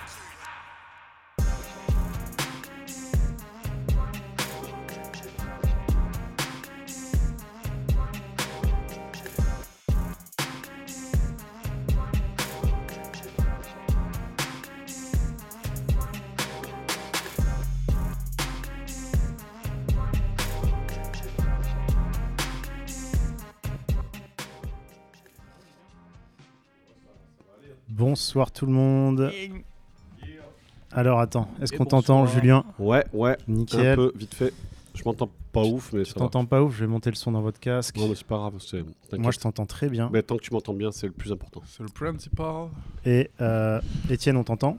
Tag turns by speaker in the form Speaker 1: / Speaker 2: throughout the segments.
Speaker 1: Bonsoir tout le monde. Alors attends, est-ce qu'on t'entend Julien
Speaker 2: Ouais, ouais.
Speaker 1: Nickel.
Speaker 2: Un peu, vite fait. Je m'entends pas ouf, mais
Speaker 1: Je
Speaker 2: ça va.
Speaker 1: t'entends pas ouf, je vais monter le son dans votre casque.
Speaker 2: Non, mais c'est pas grave. c'est- t'inquiète.
Speaker 1: Moi je t'entends très bien.
Speaker 2: Mais tant que tu m'entends bien, c'est le plus important.
Speaker 3: C'est le principal.
Speaker 1: Et euh, Étienne, on t'entend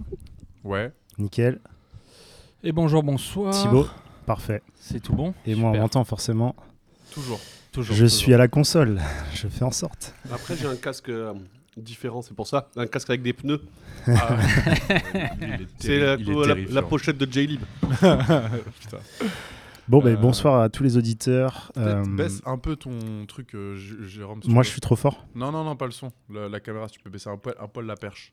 Speaker 3: Ouais.
Speaker 1: Nickel.
Speaker 4: Et bonjour, bonsoir.
Speaker 1: Thibaut Parfait.
Speaker 4: C'est tout bon
Speaker 1: Et moi on
Speaker 4: Super.
Speaker 1: m'entend forcément.
Speaker 3: Toujours.
Speaker 4: Toujours.
Speaker 1: Je suis à la console, je fais en sorte.
Speaker 2: Après, j'ai un casque euh, différent, c'est pour ça. Un casque avec des pneus. C'est la, la- la pochette de J-Lib.
Speaker 3: Putain.
Speaker 1: Bon, ben
Speaker 3: Euh,
Speaker 1: bonsoir à tous les auditeurs.
Speaker 3: Peut-être
Speaker 1: Euh,
Speaker 3: baisse un peu ton truc, euh, J- Jérôme. si
Speaker 1: moi
Speaker 3: tu
Speaker 1: je suis trop fort.
Speaker 3: veux. Non, non, non, pas le son. Le- la caméra, si tu peux baisser un poil, un poil la perche.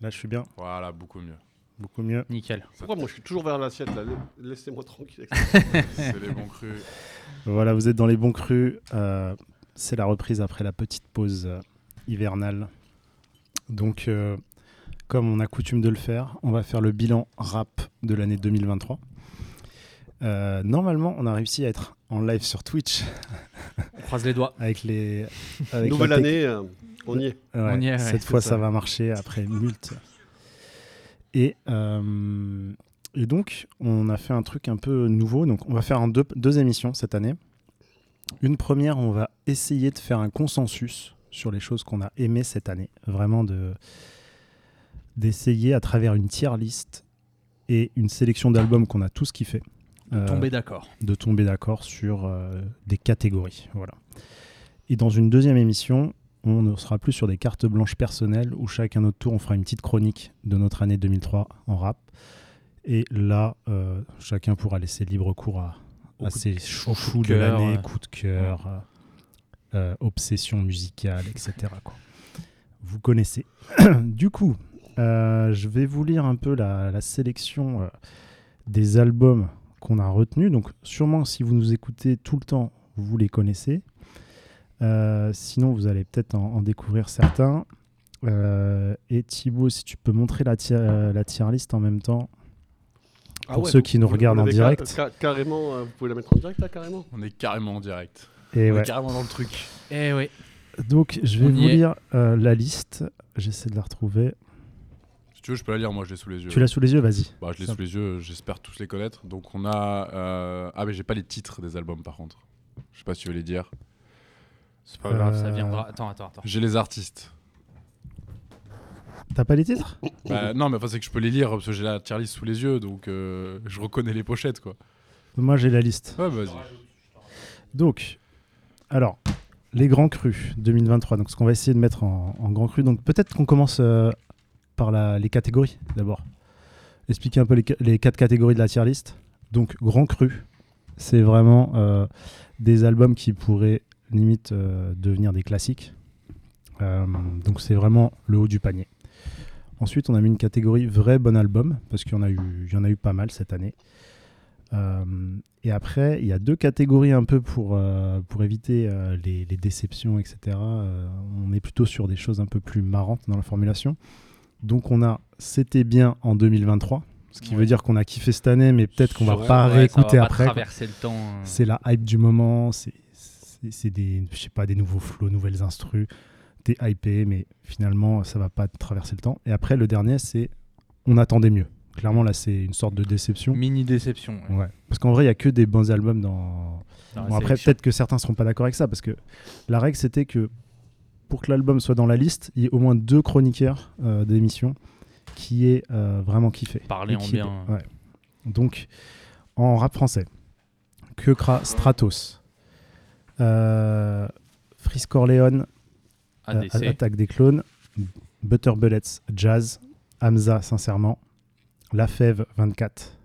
Speaker 1: Là je suis bien,
Speaker 3: Voilà, beaucoup mieux.
Speaker 1: beaucoup mieux.
Speaker 4: Nickel.
Speaker 2: Pourquoi moi je suis toujours vers l'assiette là La- Laissez-moi tranquille.
Speaker 3: C'est les bons crus.
Speaker 1: Voilà, vous êtes dans les bons crus. Euh, C'est la reprise après la petite pause euh, hivernale. Donc, euh, comme on a coutume de le faire, on va faire le bilan rap de l'année 2023. Euh, normalement, on a réussi à être en live sur Twitch
Speaker 4: On croise les doigts.
Speaker 1: avec les. Avec
Speaker 2: Nouvelle
Speaker 1: la tech-
Speaker 2: année, euh, on y est.
Speaker 1: Ouais,
Speaker 4: On y est, ouais,
Speaker 1: cette
Speaker 4: c'est
Speaker 1: fois,
Speaker 4: ça.
Speaker 1: ça. va marcher après Mult. Et, euh, et donc, on a fait un truc un peu nouveau. Donc, on va faire en deux, deux émissions cette année. Une première, on va essayer de faire un consensus sur les choses qu'on a aimées cette année. Vraiment de d'essayer à travers une tier list et une sélection d'albums qu'on a tous kiffé. euh,
Speaker 4: Tombé d'accord.
Speaker 1: de tomber d'accord sur euh, des catégories. Voilà. Et dans une deuxième émission, on ne sera plus sur des cartes blanches personnelles où chacun notre tour, on fera une petite chronique de notre année 2003 en rap. Et là, euh, chacun pourra laisser libre cours à,
Speaker 4: Au
Speaker 1: à
Speaker 4: coup de-
Speaker 1: ses chouchous de,
Speaker 4: cœur,
Speaker 1: l'année,
Speaker 4: ouais.
Speaker 1: coup de cœur, euh, euh, obsession musicale, etc. quoi. Vous connaissez. du coup, euh, je vais vous lire un peu la, la sélection euh, des albums qu'on a retenus. Donc, sûrement, si vous nous écoutez tout le temps, vous les connaissez. Euh, sinon, vous allez peut-être en, en découvrir certains. Euh, et Thibaut, si tu peux montrer la, tier- euh, la tier list en même temps. Pour ceux qui nous
Speaker 2: Ah vous- vous
Speaker 1: regardent en
Speaker 2: l'avez ca-
Speaker 1: direct.
Speaker 2: ca- carrément, euh, vous pouvez la mettre en direct là, carrément.
Speaker 3: On est carrément en direct.
Speaker 1: Et
Speaker 3: On
Speaker 1: ouais.
Speaker 3: est carrément dans le truc.
Speaker 4: Eh oui.
Speaker 1: Donc, je vais
Speaker 4: On y
Speaker 1: vous
Speaker 4: est.
Speaker 1: lire euh, la liste. J'essaie de la retrouver.
Speaker 3: Si tu veux, je peux la lire, moi, je l'ai sous les yeux.
Speaker 1: Tu l'as sous les yeux, vas-y.
Speaker 3: Bah, je l'ai sous les yeux, j'espère tous les connaître. Donc on a... euh, Ah mais j'ai pas les titres des albums par contre. Je sais pas si tu veux les dire.
Speaker 4: C'est pas grave, ça
Speaker 1: Euh,
Speaker 4: viendra. Attends, attends, attends.
Speaker 3: J'ai les artistes.
Speaker 1: T'as pas les titres
Speaker 3: Bah, non mais enfin c'est que je peux les lire parce que j'ai la tier list sous les yeux donc euh, je reconnais les pochettes quoi.
Speaker 1: Moi, j'ai la liste.
Speaker 3: Ouais bah, vas-y.
Speaker 1: Donc, alors, les grands crus 2023. Donc, ce qu'on va essayer de mettre en, en grand cru. Donc, peut-être qu'on commence euh, par la- les catégories d'abord. Expliquer un peu les, ca- les quatre catégories de la tier list. Donc, grand cru, c'est vraiment euh, des albums qui pourraient limite euh, devenir des classiques. Euh, donc, c'est vraiment le haut du panier. Ensuite, on a mis une catégorie vrai bon album parce qu'il y en a eu, il y en a eu pas mal cette année. Euh, et après, il y a deux catégories un peu pour, euh, pour éviter euh, les, les déceptions, etc. Euh, on est plutôt sur des choses un peu plus marrantes dans la formulation. Donc on a C'était bien en 2023, ce qui
Speaker 4: Ouais.
Speaker 1: veut dire qu'on a kiffé cette année, mais peut-être qu'on va
Speaker 2: Ouais,
Speaker 1: pas
Speaker 4: Ouais,
Speaker 1: réécouter
Speaker 4: ça va
Speaker 1: après.
Speaker 4: Pas
Speaker 1: quoi.
Speaker 4: traverser le temps. euh.
Speaker 1: C'est la hype du moment, c'est- c'est c'est des, je sais pas, des nouveaux flots, nouvelles instrus. T'es hypé, mais finalement, ça va pas te traverser le temps. Et après, le dernier, c'est On attendait mieux. Clairement, là, c'est une sorte de déception.
Speaker 4: Mini déception. ouais.
Speaker 1: Ouais. Parce qu'en vrai, il y a que des bons albums dans.
Speaker 4: Dans la
Speaker 1: Bon, après,
Speaker 4: sélection.
Speaker 1: peut-être que certains seront pas d'accord avec ça, parce que la règle, c'était que pour que l'album soit dans la liste, il y ait au moins deux chroniqueurs euh, d'émission qui aient euh, vraiment kiffé.
Speaker 4: Parler
Speaker 1: Et
Speaker 4: en
Speaker 1: qui-
Speaker 4: bien.
Speaker 1: ouais. Donc, en rap français, Keukra Stratos, euh, Frisk Orléans,
Speaker 4: ADC. Ah,
Speaker 1: Euh, Attaque des clones, Butter Bullets, Jazz, Hamza, sincèrement, La Fève, 24,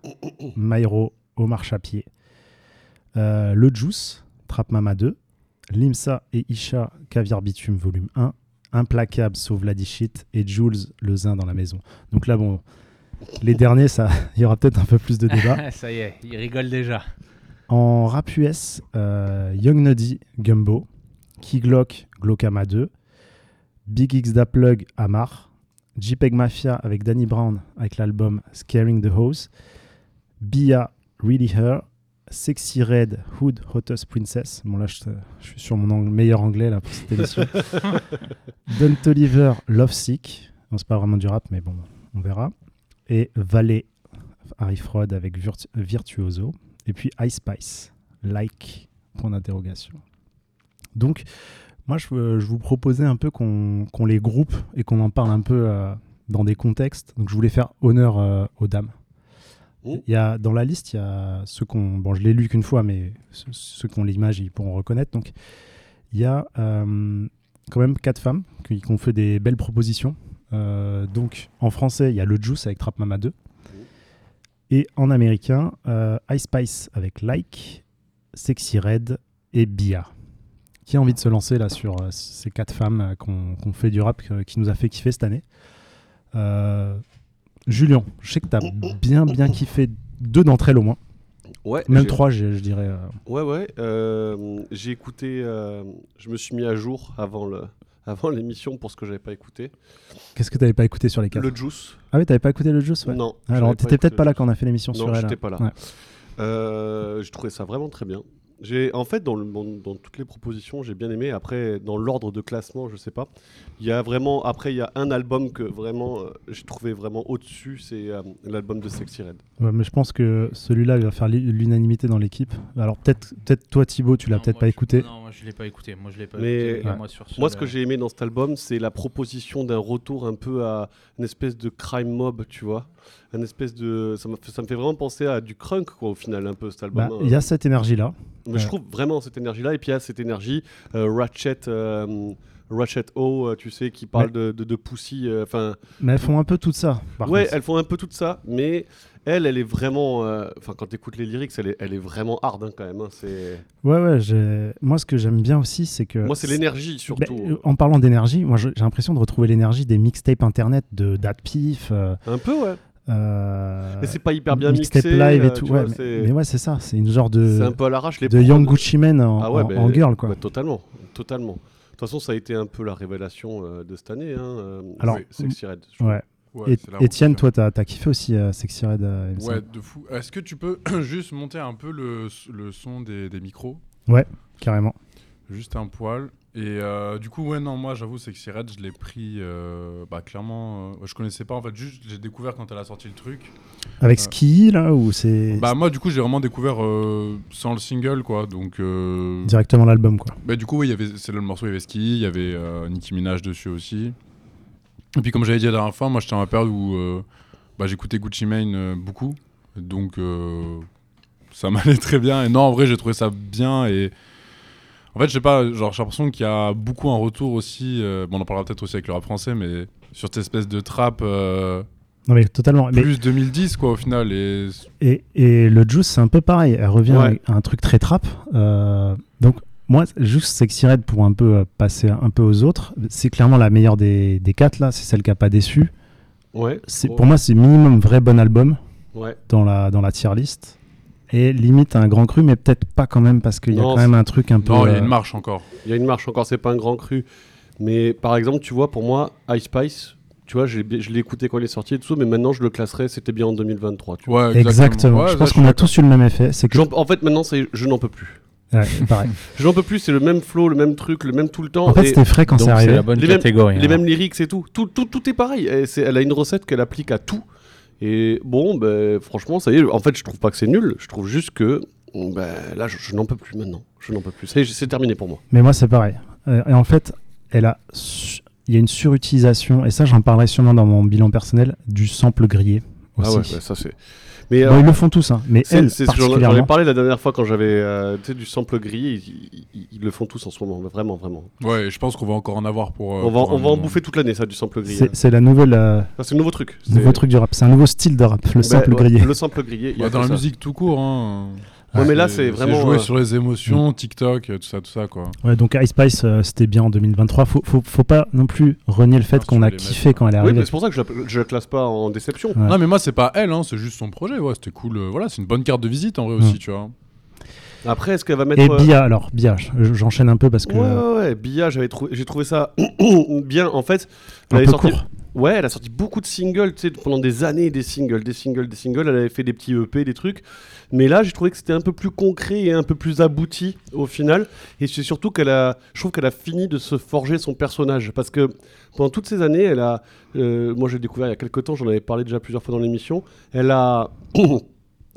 Speaker 1: Mairo, Omar Chapier, euh, Le Juice, Trap Mama 2, Limsa et Isha, Caviar Bitume, volume 1, Implacable, Sauve la Dichit et Jules, Le Zin dans la maison. Donc là, bon, les derniers, ça, il y aura peut-être un peu plus de débat.
Speaker 4: Ça y est, il rigole déjà.
Speaker 1: En rap US, euh, Young Nuddy, Gumbo, Key Glock, Glockama 2, Big X Da Plug, Amar, JPEG Mafia avec Danny Brown avec l'album Scaring the House, Bia, Really Her, Sexy Red, Hood, Hottest Princess. Bon, là, je, je suis sur mon ang- meilleur anglais là, pour cette émission. Don Toliver, Love Sick. Non, c'est pas vraiment du rap, mais bon, on verra. Et Valet, Harry Fraud avec Virtu- Virtuoso. Et puis Ice Spice, like, point d'interrogation. Donc, moi, je, euh, je vous proposais un peu qu'on qu'on les groupe et qu'on en parle un peu euh, dans des contextes. Donc, je voulais faire honneur euh, aux dames.
Speaker 2: Oh.
Speaker 1: Il y a, dans la liste, il y a ceux qu'on. Bon, je l'ai lu qu'une fois, mais ceux, ceux qui ont l'image, ils pourront reconnaître. Donc, il y a euh, quand même quatre femmes qui, qui ont fait des belles propositions. Euh, donc, en français, il y a le Juice avec Trap Mama 2. Et en américain, euh, Ice Spice avec Like, Sexy Red et Bia. Qui a envie de se lancer là sur euh, ces quatre femmes euh, qu'on qu'on fait du rap que- qui nous a fait kiffer cette année Euh, Julien, je sais que t'as bien bien kiffé deux d'entre elles au moins,
Speaker 2: Ouais,
Speaker 1: même
Speaker 2: j'ai-
Speaker 1: trois, je, je dirais. euh.
Speaker 2: Ouais, ouais. euh, j'ai écouté. euh, je me suis mis à jour avant le. Avant l'émission pour ce que j'avais pas écouté.
Speaker 1: Qu'est-ce que t'avais pas écouté sur les quatre
Speaker 2: Le Juice.
Speaker 1: Ah oui, t'avais pas écouté le Juice, ouais. Ah,
Speaker 2: Non.
Speaker 1: Alors,
Speaker 2: j'avais
Speaker 1: t'étais
Speaker 2: écouté
Speaker 1: peut-être pas
Speaker 2: le
Speaker 1: là quand on a fait l'émission
Speaker 2: Non,
Speaker 1: sur elle.
Speaker 2: j'étais
Speaker 1: hein.
Speaker 2: pas là.
Speaker 1: Ouais.
Speaker 2: Euh, j'ai trouvé ça vraiment très bien. J'ai, en fait, dans, le, dans, dans toutes les propositions, j'ai bien aimé. Après, dans l'ordre de classement, je sais pas. Il y a vraiment, après, il y a un album que vraiment euh, j'ai trouvé vraiment au-dessus, c'est euh, l'album de Sexy Red.
Speaker 1: Ouais, mais je pense que celui-là, il va faire l'u- l'unanimité dans l'équipe. Alors, peut-être peut toi, Thibaut, tu l'as
Speaker 4: Non,
Speaker 1: peut-être
Speaker 4: moi,
Speaker 1: pas
Speaker 4: je-
Speaker 1: écouté.
Speaker 4: Non, moi je l'ai pas écouté. Moi je l'ai pas
Speaker 2: Mais-
Speaker 4: écouté.
Speaker 1: Ouais.
Speaker 4: Moi, sur ce, euh,
Speaker 2: Moi, ce que
Speaker 4: là-
Speaker 2: j'ai aimé dans cet album, c'est la proposition d'un retour un peu à une espèce de crime mob, tu vois. Un espèce de, ça me, fait- ça me fait vraiment penser à du crunk, quoi, au final, un peu cet
Speaker 1: Bah,
Speaker 2: album.
Speaker 1: Il
Speaker 2: hein.
Speaker 1: y a cette énergie-là.
Speaker 2: Mais
Speaker 1: Ouais.
Speaker 2: je trouve vraiment cette énergie-là. Et puis il y a cette énergie euh, Ratchet, euh, Ratchet O, euh, tu sais, qui parle
Speaker 1: Ouais.
Speaker 2: de, de, de Pussy. euh, Enfin,
Speaker 1: Mais elles font un peu tout ça. par
Speaker 2: ouais,
Speaker 1: contre.
Speaker 2: elles font un peu tout ça, mais elle, elle est vraiment. euh, Enfin, quand t'écoutes les lyrics, elle est, elle est vraiment hard hein, quand même. hein, c'est...
Speaker 1: ouais, ouais. j'ai- Moi, ce que j'aime bien aussi, Euh, c'est que.
Speaker 2: Moi, c'est l'énergie
Speaker 1: Bah,
Speaker 2: surtout. hein.
Speaker 1: euh, en parlant d'énergie, moi, je- j'ai l'impression de retrouver l'énergie des mixtapes internet de Datpif. Euh,
Speaker 2: hein. Un peu, ouais.
Speaker 1: euh,
Speaker 2: Mais c'est pas hyper bien mixé.
Speaker 1: mixtape live et
Speaker 2: euh,
Speaker 1: tout.
Speaker 2: tu
Speaker 1: Ouais,
Speaker 2: vois,
Speaker 1: mais,
Speaker 2: c'est...
Speaker 1: mais ouais, c'est ça. C'est une genre
Speaker 2: c'est
Speaker 1: de
Speaker 2: un peu à l'arrache. Les
Speaker 1: de
Speaker 2: prods-
Speaker 1: Young Gucci Mane en,
Speaker 2: Ah ouais,
Speaker 1: en-
Speaker 2: bah,
Speaker 1: en girl, quoi.
Speaker 2: bah, totalement, totalement. De toute façon, ça a été un peu la révélation euh, de cette année. Hein, euh,
Speaker 1: Alors,
Speaker 2: Sexy Red. je
Speaker 1: Ouais.
Speaker 3: Ouais,
Speaker 1: Et-
Speaker 3: c'est là où on
Speaker 1: Étienne,
Speaker 3: peut
Speaker 1: toi, t'as t'as kiffé aussi euh, Sexy Red. euh, il me
Speaker 3: Ouais,
Speaker 1: semble.
Speaker 3: de fou. Est-ce que tu peux juste monter un peu le, le son des, des micros
Speaker 1: Carrément.
Speaker 3: Juste un poil. Et euh, du coup, ouais, non, moi, j'avoue, Sexy Red, je l'ai pris, euh, bah, clairement, euh, je connaissais pas, en fait, juste, j'ai découvert quand elle a sorti le truc.
Speaker 1: Avec
Speaker 3: Ouais.
Speaker 1: Ski, là, ou c'est
Speaker 3: Bah, moi, du coup, j'ai vraiment découvert euh, sans le single, quoi, donc... euh,
Speaker 1: directement l'album, quoi.
Speaker 3: Bah, du coup, oui, il y avait- c'est le morceau, il y avait Ski, il y avait euh, Nicki Minaj dessus aussi. Et puis, comme j'avais dit la dernière fois, moi, j'étais dans ma période où euh, bah, j'écoutais Gucci Mane euh, beaucoup. Donc, euh, ça m'allait très bien. Et non, en vrai, j'ai trouvé ça bien. Et en fait, je sais pas, genre, j'ai l'impression qu'il y a beaucoup un retour aussi. euh, Bon, on en parlera peut-être aussi avec le rap français, mais sur cette espèce de trap euh,
Speaker 1: Non, mais totalement. Mais-
Speaker 3: plus 2010, quoi, au final. Et
Speaker 1: Et, et le Juice, c'est un peu pareil. Elle revient
Speaker 2: Ouais.
Speaker 1: à un truc très trap. Euh, donc, moi, juste Sexy Red, pour un peu euh, passer un peu aux autres, c'est clairement la meilleure des, des quatre, là. C'est celle qui n'a pas déçu.
Speaker 2: trouve. Ouais.
Speaker 1: C'est,
Speaker 2: Oh.
Speaker 1: Pour moi, c'est minimum vrai bon album
Speaker 2: Ouais.
Speaker 1: dans la, dans la tier list. Et limite un grand cru, mais peut-être pas quand même, parce qu'il y a
Speaker 2: Non,
Speaker 1: quand même un truc un peu.
Speaker 3: non, il y a
Speaker 1: euh,
Speaker 3: une marche encore.
Speaker 2: Il y a une marche encore, c'est pas un grand cru. Mais par exemple, tu vois, pour moi, Ice Spice, tu vois, je l'ai bi- je l'ai écouté quand il est sorti et tout, mais maintenant je le classerais, c'était bien en 2023. Tu vois.
Speaker 3: Ouais,
Speaker 1: euh, Exactement.
Speaker 3: Ouais,
Speaker 1: je
Speaker 3: ça,
Speaker 1: pense
Speaker 3: suis
Speaker 1: qu'on a
Speaker 3: d'accord.
Speaker 1: tous eu le même effet. C'est que.
Speaker 2: J'en- En fait, maintenant, c'est je n'en peux plus.
Speaker 1: Ouais, pareil.
Speaker 2: Je n'en peux plus, c'est le même flow, le même truc, le même tout le temps.
Speaker 1: En fait,
Speaker 2: et
Speaker 1: c'était frais quand
Speaker 4: Donc,
Speaker 1: c'est
Speaker 4: c'est
Speaker 1: arrivé.
Speaker 4: la bonne
Speaker 2: les mêmes-
Speaker 4: catégorie.
Speaker 2: les
Speaker 4: alors.
Speaker 2: mêmes lyrics et tout. Tout, tout, tout est pareil. Et c'est- elle a une recette qu'elle applique à tout. Et bon, ben, franchement, ça y est, en fait, je trouve pas que c'est nul. Je trouve juste que ben, là, je, je n'en peux plus maintenant. Je n'en peux plus. Ça y est, C'est terminé pour moi.
Speaker 1: Mais moi, c'est pareil. Euh, et en fait, elle a su- il y a une surutilisation, et ça, j'en parlerai sûrement dans mon bilan personnel, du sample grillé aussi.
Speaker 2: ça Ah c'est. Mais euh,
Speaker 1: Bon, ils le font tous, hein, mais
Speaker 2: C'est-
Speaker 1: elle
Speaker 2: c'est ce que j'en- J'en ai
Speaker 1: particulièrement.
Speaker 2: parlé la dernière fois quand j'avais euh, tu sais, du sample grillé. Ils, ils- ils le font tous en ce moment, vraiment, vraiment.
Speaker 3: Ouais, et je pense qu'on va encore en avoir pour. euh,
Speaker 2: on va,
Speaker 3: pour un
Speaker 2: on va en
Speaker 3: moment.
Speaker 2: bouffer toute l'année, ça, du sample grillé.
Speaker 1: C'est c'est la nouvelle, euh,
Speaker 2: Enfin, c'est le nouveau truc. C'est-
Speaker 1: nouveau truc du rap. C'est un nouveau style de rap, le
Speaker 2: Bah,
Speaker 1: simple
Speaker 2: ouais,
Speaker 1: grillé.
Speaker 2: Le sample grillé. il y a
Speaker 3: Bah, dans
Speaker 2: que
Speaker 3: la
Speaker 2: ça.
Speaker 3: musique tout court. Hein.
Speaker 2: Ouais, mais là, c'est vraiment,
Speaker 3: jouer
Speaker 2: euh,
Speaker 3: sur les émotions, TikTok, euh, tout ça, tout ça, quoi.
Speaker 1: Ouais, donc Ice Spice, euh, c'était bien en 2023. Faut, faut, faut pas non plus renier le fait
Speaker 3: Ah,
Speaker 1: qu'on
Speaker 3: sur
Speaker 1: a
Speaker 3: les
Speaker 1: kiffé quand elle est
Speaker 2: Oui,
Speaker 1: arrivée.
Speaker 2: mais c'est pour ça que je la, je la classe pas en déception.
Speaker 1: Ouais.
Speaker 3: Non, mais moi, c'est pas elle, hein, c'est juste son projet. Ouais, c'était cool. euh, voilà, c'est une bonne carte de visite en vrai aussi,
Speaker 1: Mm.
Speaker 3: tu vois.
Speaker 2: Après, est-ce qu'elle va
Speaker 1: Et
Speaker 2: mettre. euh,
Speaker 1: Bia, alors, Bia, je- j'enchaîne un peu parce que.
Speaker 2: Ouais,
Speaker 1: euh,
Speaker 2: ouais, ouais. Bia, j'avais trouvé, j'ai trouvé ça bien. En fait, elle
Speaker 1: un
Speaker 2: avait
Speaker 1: peu
Speaker 2: sorti-
Speaker 1: court.
Speaker 2: Ouais, elle a sorti beaucoup de singles, tu sais, pendant des années, des singles, des singles, des singles. Elle avait fait des petits EP, des trucs. Mais là, j'ai trouvé que c'était un peu plus concret et un peu plus abouti au final. Et c'est surtout qu'elle a, je trouve qu'elle a fini de se forger son personnage. Parce que pendant toutes ces années, elle a, euh, moi j'ai découvert il y a quelques temps, j'en avais parlé déjà plusieurs fois dans l'émission, elle a.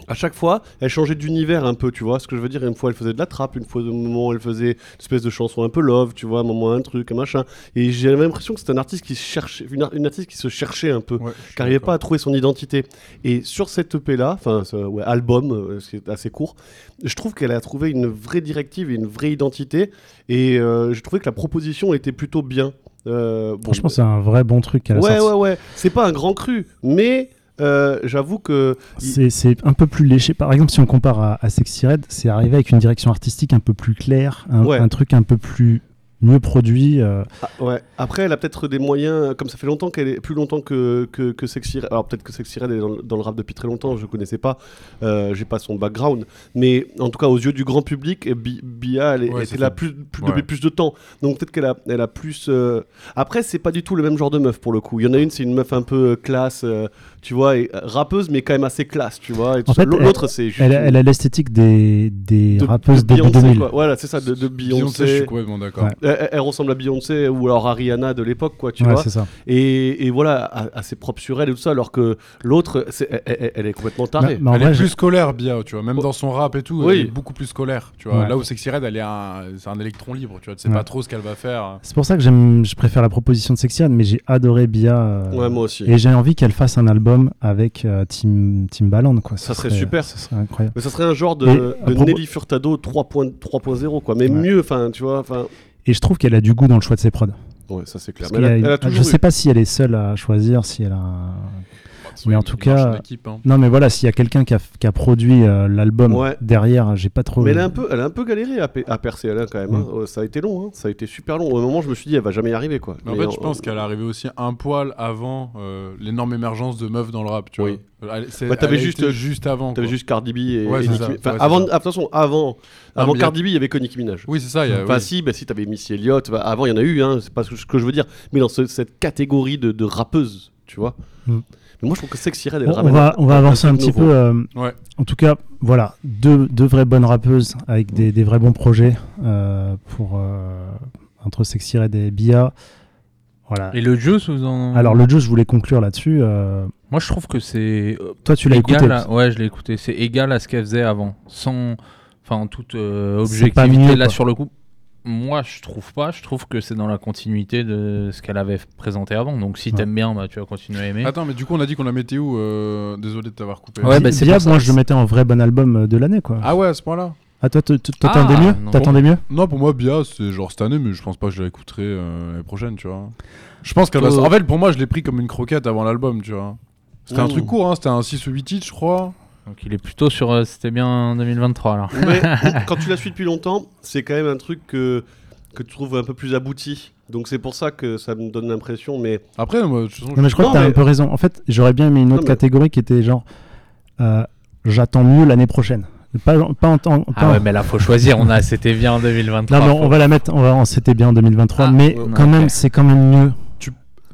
Speaker 2: À chaque fois, elle changeait d'univers un peu, tu vois. Ce que je veux dire, une fois elle faisait de la trappe, une fois au moment elle faisait une espèce de chanson un peu love, tu vois, un moment un truc, un machin. Et j'avais l'impression que c'était un artiste qui se cherchait, une, ar- une artiste qui se cherchait un peu,
Speaker 3: Ouais, je suis
Speaker 2: qui n'arrivait
Speaker 3: d'accord.
Speaker 2: pas à trouver son identité. Et sur cette EP là, enfin ce- ouais, album, euh, c'est assez court, je trouve qu'elle a trouvé une vraie directive et une vraie identité. Et euh, j'ai trouvé que la proposition était plutôt bien. Euh, bon,
Speaker 1: Franchement, c'est un vrai bon truc qu'elle a
Speaker 2: ouais,
Speaker 1: sorti.
Speaker 2: ouais, ouais. C'est pas un grand cru, mais euh, j'avoue que il-
Speaker 1: C'est- C'est un peu plus léché. Par exemple, si on compare à, à Sexy Red, c'est arrivé avec une direction artistique un peu plus claire, un,
Speaker 2: Ouais.
Speaker 1: un truc un peu plus mieux produit. euh,
Speaker 2: Ah, ouais. Après, elle a peut-être des moyens, comme ça fait longtemps qu'elle est plus longtemps que, que, que Sexy Red. Alors peut-être que Sexy Red est dans, le- dans le rap depuis très longtemps, je connaissais pas, euh, j'ai pas son background. Mais en tout cas, aux yeux du grand public, eh, Bi- Bia, elle est-
Speaker 3: Ouais,
Speaker 2: était
Speaker 3: c'est
Speaker 2: là
Speaker 3: ça.
Speaker 2: plus, plus,
Speaker 3: Ouais.
Speaker 2: depuis plus de temps. Donc peut-être qu'elle a, elle a plus. euh, Après, c'est pas du tout le même genre de meuf pour le coup. Il y en a une, c'est une meuf un peu euh, classe, euh, tu vois, et, euh, rappeuse, mais quand même assez classe, tu vois. et tout
Speaker 1: En
Speaker 2: ça.
Speaker 1: fait,
Speaker 2: L'au-
Speaker 1: elle-
Speaker 2: L'autre, c'est juste.
Speaker 1: elle, a- elle a l'esthétique des, des
Speaker 2: de-
Speaker 1: rappeuses
Speaker 2: de
Speaker 1: début
Speaker 2: Beyoncé,
Speaker 1: 2000.
Speaker 2: quoi. Voilà, c'est ça, de, de Beyoncé.
Speaker 3: Beyoncé, je suis complètement d'accord.
Speaker 1: Ouais.
Speaker 2: Elle, elle ressemble à Beyoncé ou alors à Rihanna de l'époque, quoi, tu
Speaker 1: Ouais,
Speaker 2: vois.
Speaker 1: c'est ça.
Speaker 2: Et, et voilà, a- assez propre sur elle et tout ça, alors que l'autre, c'est- elle, elle- elle est complètement tarée.
Speaker 1: Mais- mais en
Speaker 3: elle
Speaker 1: vrai,
Speaker 3: est
Speaker 1: j'ai-
Speaker 3: plus scolaire, Bia, tu vois. Même
Speaker 2: Oh.
Speaker 3: dans son rap et tout,
Speaker 2: Oui.
Speaker 3: elle est beaucoup plus scolaire, tu vois.
Speaker 1: Ouais.
Speaker 3: Là où Sexy Red, elle est un, c'est un électron libre, tu vois. Tu sais
Speaker 1: Ouais.
Speaker 3: pas trop ce qu'elle va faire.
Speaker 1: C'est pour ça que j'aime- je préfère la proposition de Sexy Red, mais j'ai adoré Bia. euh,
Speaker 2: ouais, moi aussi.
Speaker 1: Et j'ai envie qu'elle fasse un album avec euh, Tim, Timbaland. Quoi.
Speaker 2: Ça serait super.
Speaker 1: Ça serait incroyable.
Speaker 2: Mais ça serait un genre de,
Speaker 1: Et à
Speaker 2: de
Speaker 1: propos-
Speaker 2: Nelly Furtado 3.0, quoi. Mais
Speaker 1: Ouais.
Speaker 2: mieux, enfin, tu vois, enfin.
Speaker 1: Et je trouve qu'elle a du goût dans le choix de ses prods.
Speaker 2: Ouais, ça c'est clair.
Speaker 1: Parce
Speaker 2: Mais
Speaker 1: qu'il
Speaker 2: elle,
Speaker 1: y a
Speaker 2: a-
Speaker 1: une-
Speaker 2: elle a
Speaker 1: je
Speaker 2: toujours
Speaker 1: sais
Speaker 2: eu.
Speaker 1: pas si elle est seule à choisir, si elle a. un- Mais en tout
Speaker 3: Il marche
Speaker 1: cas-
Speaker 3: en équipe, hein.
Speaker 1: Non, mais voilà, s'il y a quelqu'un qui a, qui a produit euh, l'album
Speaker 2: Ouais.
Speaker 1: derrière, j'ai pas trop. Mm.
Speaker 2: Mais elle a un peu, elle a un peu galéré à, pe- à percer, elle, hein, quand même. hein. Euh, Ça a été long, hein. ça a été super long. Au moment, je me suis dit, elle va jamais y arriver, quoi.
Speaker 3: Mais en fait, je pense qu'elle est arrivée aussi un poil avant euh, l'énorme émergence de meufs dans le rap, tu
Speaker 2: Oui.
Speaker 3: vois. Elle- c'est-
Speaker 2: Bah, t'avais
Speaker 3: elle a
Speaker 2: juste-
Speaker 3: été juste avant.
Speaker 2: T'avais
Speaker 3: quoi.
Speaker 2: juste Cardi B et,
Speaker 3: Ouais,
Speaker 2: et
Speaker 3: c'est
Speaker 2: Nicki
Speaker 3: ça.
Speaker 2: Minaj. Enfin,
Speaker 3: Ouais, c'est
Speaker 2: avant,
Speaker 3: ça.
Speaker 2: de toute façon, avant,
Speaker 3: Non,
Speaker 2: avant
Speaker 3: mais y a-
Speaker 2: Cardi B, il y avait que Nicki Minaj.
Speaker 3: Oui, c'est ça. il
Speaker 1: Ah
Speaker 3: y a-
Speaker 2: Enfin,
Speaker 3: oui.
Speaker 2: si, bah, si t'avais Missy Elliott, bah, avant il y en a eu, hein, c'est pas ce que je veux dire, mais dans ce- cette catégorie de, de rappeuses, tu vois.
Speaker 1: Mm.
Speaker 2: Mais moi je trouve que Sexy Red, elle
Speaker 1: On, on
Speaker 2: ramène
Speaker 1: va, on va avancer un
Speaker 2: truc
Speaker 1: petit
Speaker 2: nouveau.
Speaker 1: peu. euh,
Speaker 3: Ouais.
Speaker 1: En tout cas, voilà, deux, deux vraies bonnes rappeuses avec des, des vrais bons projets euh, pour, euh, entre Sexy Red et Bia. Voilà.
Speaker 4: Et le Juice, vous en.
Speaker 1: Alors, le jeu, je voulais conclure là-dessus. euh,
Speaker 4: Moi, je trouve que c'est. euh,
Speaker 1: toi, tu l'as
Speaker 4: égal
Speaker 1: écouté.
Speaker 4: à- Ouais, je l'ai écouté. C'est égal à ce qu'elle faisait avant. Sans. Enfin, en toute euh,
Speaker 1: C'est pas mieux,
Speaker 4: objectivité, là,
Speaker 1: quoi.
Speaker 4: sur le coup. Moi, je trouve pas. Je trouve que c'est dans la continuité de ce qu'elle avait présenté avant. Donc, si
Speaker 1: Ouais.
Speaker 4: t'aimes bien, bah, tu vas continuer à
Speaker 2: Ah.
Speaker 4: aimer.
Speaker 3: Attends, mais du coup, on a dit qu'on la mettait où euh, Désolé de t'avoir coupé.
Speaker 4: Ouais,
Speaker 1: Bi-
Speaker 4: bah, c'est
Speaker 1: Bia,
Speaker 4: pour ça.
Speaker 1: moi, je le mettais en vrai bon album euh, de l'année, quoi.
Speaker 3: Ah ouais, à ce point-là
Speaker 1: Ah, toi, t- t- t'attendais
Speaker 4: Ah,
Speaker 1: mieux
Speaker 4: non.
Speaker 1: T'attendais mieux
Speaker 3: Non, pour moi, Bia, c'est genre cette année, mais je pense pas que je l'écouterai euh, l'année prochaine, tu vois. Je pense qu'elle va.
Speaker 4: Toi-
Speaker 3: En fait, pour moi, je l'ai pris comme une croquette avant l'album, tu vois. C'était un
Speaker 2: Mm.
Speaker 3: truc court, hein, c'était un 6 ou 8 titres, je crois.
Speaker 4: Donc, il est plutôt sur. euh, C'était bien en 2023, alors.
Speaker 2: Mais quand tu la suis depuis longtemps, c'est quand même un truc que, que tu trouves un peu plus abouti. Donc c'est pour ça que ça me donne l'impression, mais
Speaker 3: Après, moi, de toute façon,
Speaker 1: Non, mais je crois
Speaker 2: Non,
Speaker 1: que t'as
Speaker 2: mais-
Speaker 1: un peu raison. En fait, j'aurais bien aimé une
Speaker 2: Non,
Speaker 1: autre
Speaker 2: mais-
Speaker 1: catégorie qui était genre euh, j'attends mieux l'année prochaine. Pas, pas en temps. pas
Speaker 4: Ah
Speaker 1: en-
Speaker 4: ouais, mais là, faut choisir. On a. C'était bien en 2023.
Speaker 1: Non, mais
Speaker 4: faut-
Speaker 1: on va la mettre, on va en c'était bien en 2023,
Speaker 4: Ah,
Speaker 1: mais
Speaker 4: ouais,
Speaker 1: quand
Speaker 4: ouais,
Speaker 1: même,
Speaker 4: ok.
Speaker 1: c'est quand même mieux.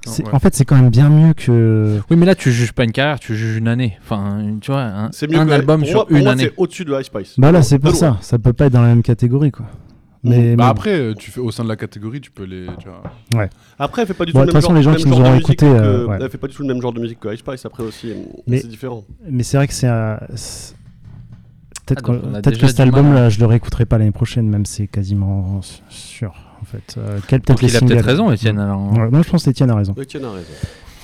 Speaker 3: Non,
Speaker 1: C'est-
Speaker 3: ouais.
Speaker 1: En fait, c'est quand même bien mieux que.
Speaker 4: Oui, mais là, tu juges pas une carrière, tu juges une année. Enfin, une- tu vois, un,
Speaker 2: c'est mieux
Speaker 4: un
Speaker 2: que-
Speaker 4: album
Speaker 2: pour
Speaker 4: sur
Speaker 2: moi- pour
Speaker 4: une
Speaker 2: moi,
Speaker 4: année.
Speaker 2: c'est au-dessus de High Spice.
Speaker 1: Bah là, c'est pour
Speaker 2: De loin.
Speaker 1: ça. Ça peut pas être dans la même catégorie, quoi.
Speaker 2: Mmh.
Speaker 1: Mais,
Speaker 3: Bah
Speaker 1: mais-
Speaker 3: après, euh, tu fais au sein de la catégorie, tu peux les. Tu vois.
Speaker 2: Après, elle fait pas du tout
Speaker 1: Bon,
Speaker 2: le
Speaker 1: de
Speaker 2: même
Speaker 1: toute façon,
Speaker 2: genre,
Speaker 1: les gens
Speaker 2: même
Speaker 1: qui nous
Speaker 2: genre de
Speaker 1: auront
Speaker 2: musique
Speaker 1: écouté,
Speaker 2: que-
Speaker 1: euh, ouais.
Speaker 2: Elle fait pas du tout le même genre de musique que High Spice après aussi.
Speaker 1: Mais-
Speaker 2: C'est différent.
Speaker 1: mais c'est vrai que c'est un. c'est- Peut-être
Speaker 4: Ah, donc,
Speaker 1: qu'on-
Speaker 4: on a
Speaker 1: peut-être que
Speaker 4: déjà
Speaker 1: cet
Speaker 4: du mal,
Speaker 1: album-là, je le réécouterai pas l'année prochaine, même c'est quasiment s- sûr, en fait. Euh, quel peut-être
Speaker 4: Donc,
Speaker 1: les
Speaker 4: il a peut-être
Speaker 1: singles. Mm.
Speaker 4: raison, Étienne. Alors,
Speaker 1: Ouais, non, je pense que Étienne a raison.
Speaker 2: Etienne a raison.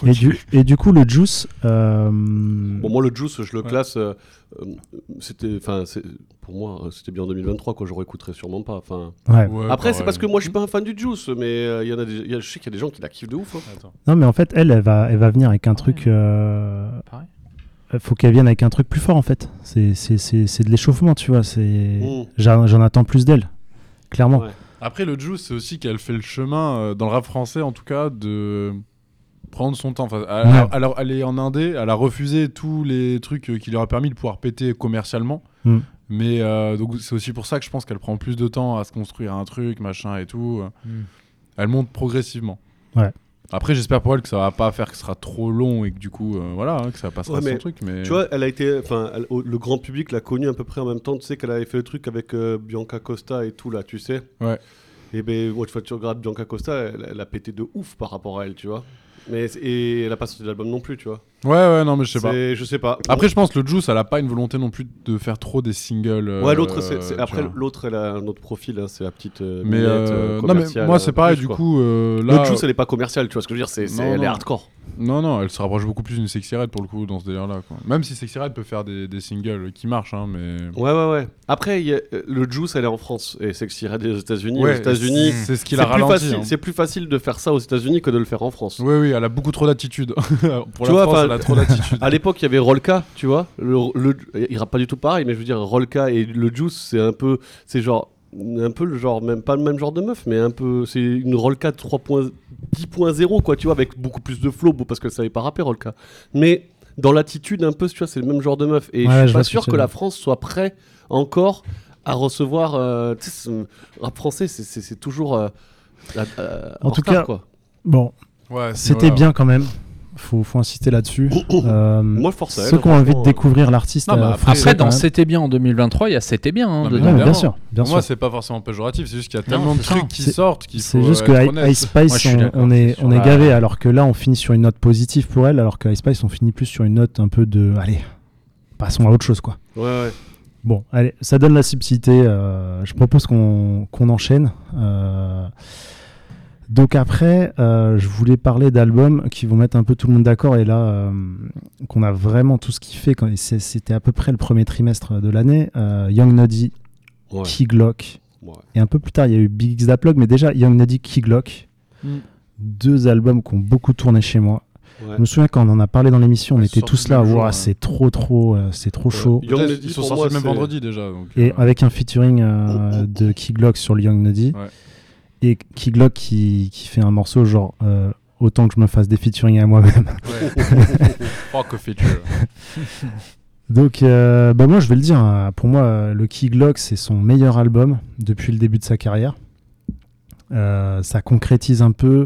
Speaker 1: Et, du, et du coup, le Juice. euh,
Speaker 2: Bon, moi, le Juice, je le
Speaker 3: Ouais.
Speaker 2: classe. euh, euh, c'était, enfin, c'est- pour moi, euh, c'était bien en 2023, quoi. Je réécouterai sûrement pas. Enfin,
Speaker 1: ouais.
Speaker 3: Ouais,
Speaker 2: après, c'est
Speaker 3: pareil.
Speaker 2: parce que moi, je suis pas un fan du Juice, mais euh, il y en a des- il y a- je sais qu'il y a des gens qui la kiffent de ouf. hein.
Speaker 3: Attends.
Speaker 1: Non, mais en fait, elle, elle va, elle va venir avec un
Speaker 4: Ouais.
Speaker 1: truc. euh,
Speaker 4: Pareil.
Speaker 1: faut qu'elle vienne avec un truc plus fort, en fait. C'est- C'est c'est- c'est de l'échauffement, tu vois. C'est.
Speaker 2: Mm.
Speaker 1: J'en j'en attends plus d'elle, clairement.
Speaker 2: Ouais.
Speaker 3: Après, le Juice, c'est aussi qu'elle fait le chemin, euh, dans le rap français en tout cas, de prendre son temps. Enfin, elle,
Speaker 1: Ouais.
Speaker 3: alors, elle est en Indé, elle a refusé tous les trucs euh, qui lui auraient permis de pouvoir péter commercialement.
Speaker 1: Mm.
Speaker 3: Mais euh, donc c'est aussi pour ça que je pense qu'elle prend plus de temps à se construire un truc, machin et tout. euh.
Speaker 4: Mm.
Speaker 3: Elle monte progressivement.
Speaker 1: Ouais.
Speaker 3: Après, j'espère pour elle que ça va pas faire que ce sera trop long et que du coup, euh, voilà, hein, que ça passera
Speaker 2: Ouais, mais
Speaker 3: son truc. Mais
Speaker 2: Tu vois, elle a été, enfin, elle- au- le grand public l'a connue à peu près en même temps. Tu sais qu'elle avait fait le truc avec euh, Bianca Costa et tout là, tu sais.
Speaker 3: Ouais.
Speaker 2: Et ben, moi, tu vois, tu regardes Bianca Costa, elle, elle a pété de ouf par rapport à elle, tu vois. Mais et elle a pas sorti d'album non plus, tu vois.
Speaker 3: ouais, ouais, non, mais je sais
Speaker 2: C'est-
Speaker 3: pas.
Speaker 2: Je sais pas.
Speaker 3: Après, je pense que le Juice, elle a pas une volonté non plus de faire trop des singles. euh,
Speaker 2: Ouais, l'autre, c'est, c'est-
Speaker 3: tu
Speaker 2: après,
Speaker 3: vois.
Speaker 2: l'autre, elle a un autre profil, hein, c'est la petite euh,
Speaker 3: Mais
Speaker 2: mignette,
Speaker 3: euh,
Speaker 2: euh,
Speaker 3: non, mais
Speaker 2: commerciale,
Speaker 3: moi, c'est
Speaker 2: euh,
Speaker 3: pareil.
Speaker 2: plus,
Speaker 3: Du
Speaker 2: quoi.
Speaker 3: coup, euh,
Speaker 2: Le
Speaker 3: là,
Speaker 2: Juice, elle est pas commerciale, tu vois ce que je veux dire, c'est, c'est-
Speaker 3: Non,
Speaker 2: elle est
Speaker 3: non.
Speaker 2: hardcore.
Speaker 3: non, non, elle se rapproche beaucoup plus d'une Sexy Red pour le coup dans ce délire-là. quoi. Même si Sexy Red peut faire des, des singles qui marchent, hein, mais
Speaker 2: Ouais, ouais, ouais. Après, il y a- euh, le Juice, elle est en France et Sexy Red est aux États-Unis.
Speaker 3: Ouais,
Speaker 2: aux États-Unis,
Speaker 3: c'est- c'est ce qui
Speaker 2: c'est
Speaker 3: la
Speaker 2: plus
Speaker 3: ralenti.
Speaker 2: facile,
Speaker 3: hein.
Speaker 2: c'est plus facile de faire ça aux États-Unis que de le faire en France.
Speaker 3: Oui, oui, elle a beaucoup trop d'attitude. pour la
Speaker 2: Tu vois,
Speaker 3: France,
Speaker 2: enfin,
Speaker 3: elle a trop d'attitude.
Speaker 2: À l'époque, il y avait Rolka, tu vois. Le, le, il rappe pas du tout pareil, mais je veux dire, Rolka et le Juice, c'est un peu. C'est genre. Un peu le genre, même pas le même genre de meuf, mais un peu. C'est une Rolka 3.0 10.0, quoi, tu vois, avec beaucoup plus de flow, parce qu'elle savait pas rapper, Rolka. Mais dans l'attitude, un peu, tu vois, c'est le même genre de meuf. Et
Speaker 1: Ouais,
Speaker 2: je
Speaker 1: je
Speaker 2: suis
Speaker 1: vois
Speaker 2: pas
Speaker 1: ce que
Speaker 2: sûr
Speaker 1: tu
Speaker 2: que,
Speaker 1: veux
Speaker 2: la
Speaker 1: dire.
Speaker 2: France soit prête encore à recevoir. Euh, tu sais, ce rap français, c'est- c'est c'est toujours. euh, à- à-
Speaker 1: En tout
Speaker 2: retard,
Speaker 1: cas,
Speaker 2: quoi.
Speaker 1: Bon,
Speaker 3: Ouais, c'est-
Speaker 1: c'était
Speaker 3: voilà.
Speaker 1: bien quand même. Faut, faut insister là-dessus. Euh,
Speaker 2: Moi, je force à
Speaker 1: ceux
Speaker 2: elle,
Speaker 1: qui ont envie de
Speaker 2: franchement, euh,
Speaker 1: découvrir l'artiste.
Speaker 3: Non, mais
Speaker 1: euh,
Speaker 3: après-
Speaker 1: français,
Speaker 4: Après, dans
Speaker 1: quand même.
Speaker 4: C'était bien en 2023, il y a C'était bien.
Speaker 3: Non,
Speaker 4: hein,
Speaker 3: mais
Speaker 1: Ouais,
Speaker 4: dedans.
Speaker 1: mais
Speaker 3: évidemment.
Speaker 1: bien sûr, bien
Speaker 3: Pour moi,
Speaker 1: sûr.
Speaker 3: c'est pas forcément péjoratif, c'est juste qu'il y a
Speaker 4: Non,
Speaker 3: tellement de
Speaker 4: c'est ça.
Speaker 3: trucs qui
Speaker 1: C'est-
Speaker 3: sortent qu'il
Speaker 1: C'est
Speaker 3: faut,
Speaker 1: juste
Speaker 3: euh,
Speaker 1: que
Speaker 3: être
Speaker 1: I-
Speaker 3: honnête.
Speaker 1: Ice Spice,
Speaker 4: Moi, je suis
Speaker 1: on-
Speaker 4: d'accord,
Speaker 1: on, est,
Speaker 4: sur
Speaker 1: on est
Speaker 4: la-
Speaker 2: Ah,
Speaker 1: gavé, alors que là, on finit sur une note positive pour elle, alors que Ice Spice, on finit plus sur une note un peu de. Allez, passons à autre chose, quoi.
Speaker 2: Ouais, ouais.
Speaker 1: Bon, allez, ça donne la subtilité. euh, je propose qu'on qu'on enchaîne. euh. donc après, euh, je voulais parler d'albums qui vont mettre un peu tout le monde d'accord. Et là, euh, qu'on a vraiment tout ce qu'il fait. quand- et c'est- C'était à peu près le premier trimestre de l'année. euh, Young Noddy,
Speaker 2: Ouais,
Speaker 1: Key Glock.
Speaker 2: ouais.
Speaker 1: Et un peu plus tard, il y a eu Big X Daplog. Mais déjà, Young Noddy, Key Glock.
Speaker 3: Mm.
Speaker 1: Deux albums qui ont beaucoup tourné chez moi.
Speaker 2: ouais.
Speaker 1: Je me souviens quand on en a parlé dans l'émission, on
Speaker 3: Ouais,
Speaker 1: était
Speaker 3: surtout
Speaker 1: tous là.
Speaker 3: le jour,
Speaker 2: hein.
Speaker 1: Ouah,
Speaker 3: ouais.
Speaker 1: c'est trop, trop, euh, c'est trop chaud.
Speaker 2: Young
Speaker 3: Peut-être,
Speaker 2: Lady,
Speaker 3: Ils sont
Speaker 2: pour
Speaker 3: sortis
Speaker 2: moi,
Speaker 3: le même
Speaker 2: c'est-
Speaker 3: vendredi déjà. donc,
Speaker 1: Et
Speaker 3: euh,
Speaker 1: avec un featuring
Speaker 2: Oh,
Speaker 1: euh, de Key Glock sur le Young Noddy.
Speaker 3: Ouais.
Speaker 1: Et Key Glock qui, qui fait un morceau genre euh, autant que je me fasse des featuring à moi-même.
Speaker 2: Oh,
Speaker 3: ouais. Fuck a
Speaker 2: euh,
Speaker 3: feature.
Speaker 1: Donc, euh, bah moi je vais le dire, hein, pour moi euh, le Key Glock c'est son meilleur album depuis le début de sa carrière. Euh, ça concrétise un peu.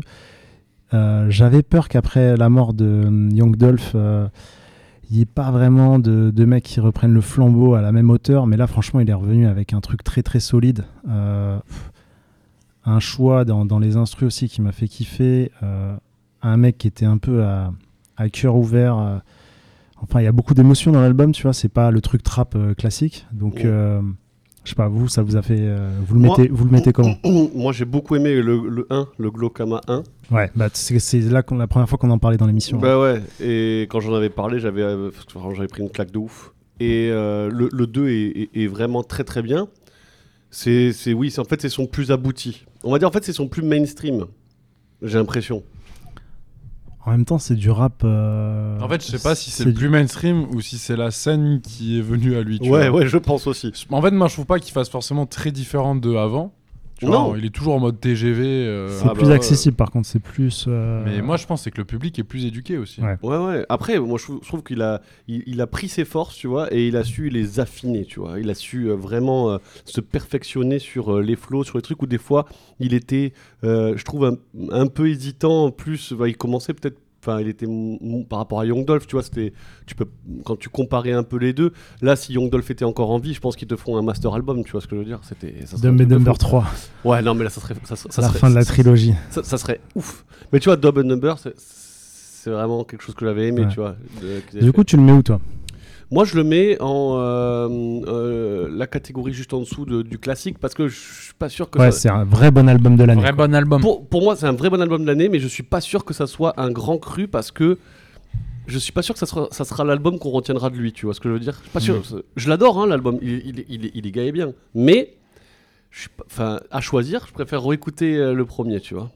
Speaker 1: Euh, J'avais peur qu'après la mort de euh, Young Dolph, euh, il n'y ait pas vraiment de, de mecs qui reprennent le flambeau à la même hauteur, mais là franchement il est revenu avec un truc très très solide. Euh, pff, un choix dans, dans les instrus aussi qui m'a fait kiffer. Euh, un mec qui était un peu à, à cœur ouvert. euh, Enfin, il y a beaucoup d'émotions dans l'album, tu vois. C'est pas le truc trap euh, classique. Donc,
Speaker 2: Ouais.
Speaker 1: euh, je sais pas, vous, ça vous a fait. euh, vous, le
Speaker 2: Moi-
Speaker 1: mettez, vous le mettez comment
Speaker 2: Moi j'ai beaucoup aimé le, le 1, le Glaucama 1.
Speaker 1: Ouais, bah, c'est c'est là qu'on la première fois qu'on en parlait dans l'émission.
Speaker 2: Bah ouais, et quand j'en avais parlé, j'avais euh, parce que vraiment, j'avais pris une claque de ouf. Et euh, le, le 2 est, est- est vraiment très très bien. C'est c'est- oui, c'est en fait c'est son plus abouti. On va dire en fait c'est son plus mainstream. J'ai l'impression.
Speaker 1: En même temps, c'est du rap. euh,
Speaker 3: En fait, je sais pas si c'est
Speaker 1: du-
Speaker 3: le plus mainstream ou si c'est la scène qui est venue à lui. tu
Speaker 2: Ouais,
Speaker 3: vois.
Speaker 2: ouais, je pense aussi.
Speaker 3: Je- En fait, moi, je trouve pas qu'il fasse forcément très différent de avant. Tu vois,
Speaker 2: Non.
Speaker 3: il est toujours en mode TGV. euh,
Speaker 1: C'est
Speaker 2: Ah bah
Speaker 1: plus
Speaker 2: ouais.
Speaker 1: accessible, par contre, c'est plus. euh,
Speaker 3: Mais moi, je pense c'est que le public est plus éduqué aussi.
Speaker 1: Ouais.
Speaker 2: Ouais, ouais. Après, moi, je trouve, je trouve qu'il a, il, il a pris ses forces, tu vois, et il a su les affiner, tu vois. Il a su euh, vraiment euh, se perfectionner sur euh, les flots, sur les trucs où des fois, il était, euh, je trouve, un, un peu hésitant. En plus, bah, il commençait peut-être. Enfin, il était m- m- par rapport à Young Dolph, tu vois, c'était tu peux quand tu comparais un peu les deux. Là, si Young Dolph était encore en vie, je pense qu'ils te font un master album, tu vois ce que je veux dire. C'était ça serait un
Speaker 1: Dumb and
Speaker 2: truc de
Speaker 1: Dumber
Speaker 2: fou.
Speaker 1: 3,
Speaker 2: Ouais, non, mais là, ça serait ça, ça
Speaker 1: la
Speaker 2: serait-
Speaker 1: fin de la
Speaker 2: ça-
Speaker 1: trilogie.
Speaker 2: ça, ça serait ouf. Mais tu vois, Double Number, c'est- c'est vraiment quelque chose que j'avais aimé,
Speaker 1: Ouais.
Speaker 2: tu vois. de- qu'ils avaient
Speaker 1: Du coup, tu le mets où, toi
Speaker 2: fait. Moi, je le mets en euh, euh, la catégorie juste en dessous de- du classique parce que je suis pas sûr que
Speaker 1: Ouais,
Speaker 2: ça-
Speaker 1: c'est un vrai bon album de l'année.
Speaker 4: Vrai bon album.
Speaker 2: Pour, pour moi, c'est un vrai bon album de l'année, mais je suis pas sûr que ça soit un grand cru parce que je suis pas sûr que ça sera, ça sera l'album qu'on retiendra de lui. Tu vois ce que je veux dire Je suis pas sûr.
Speaker 1: Mm.
Speaker 2: Je l'adore, hein, l'album. Il, il- il est- il est gay et bien, mais je suis pas- enfin, à choisir, je préfère réécouter euh, le premier. Tu vois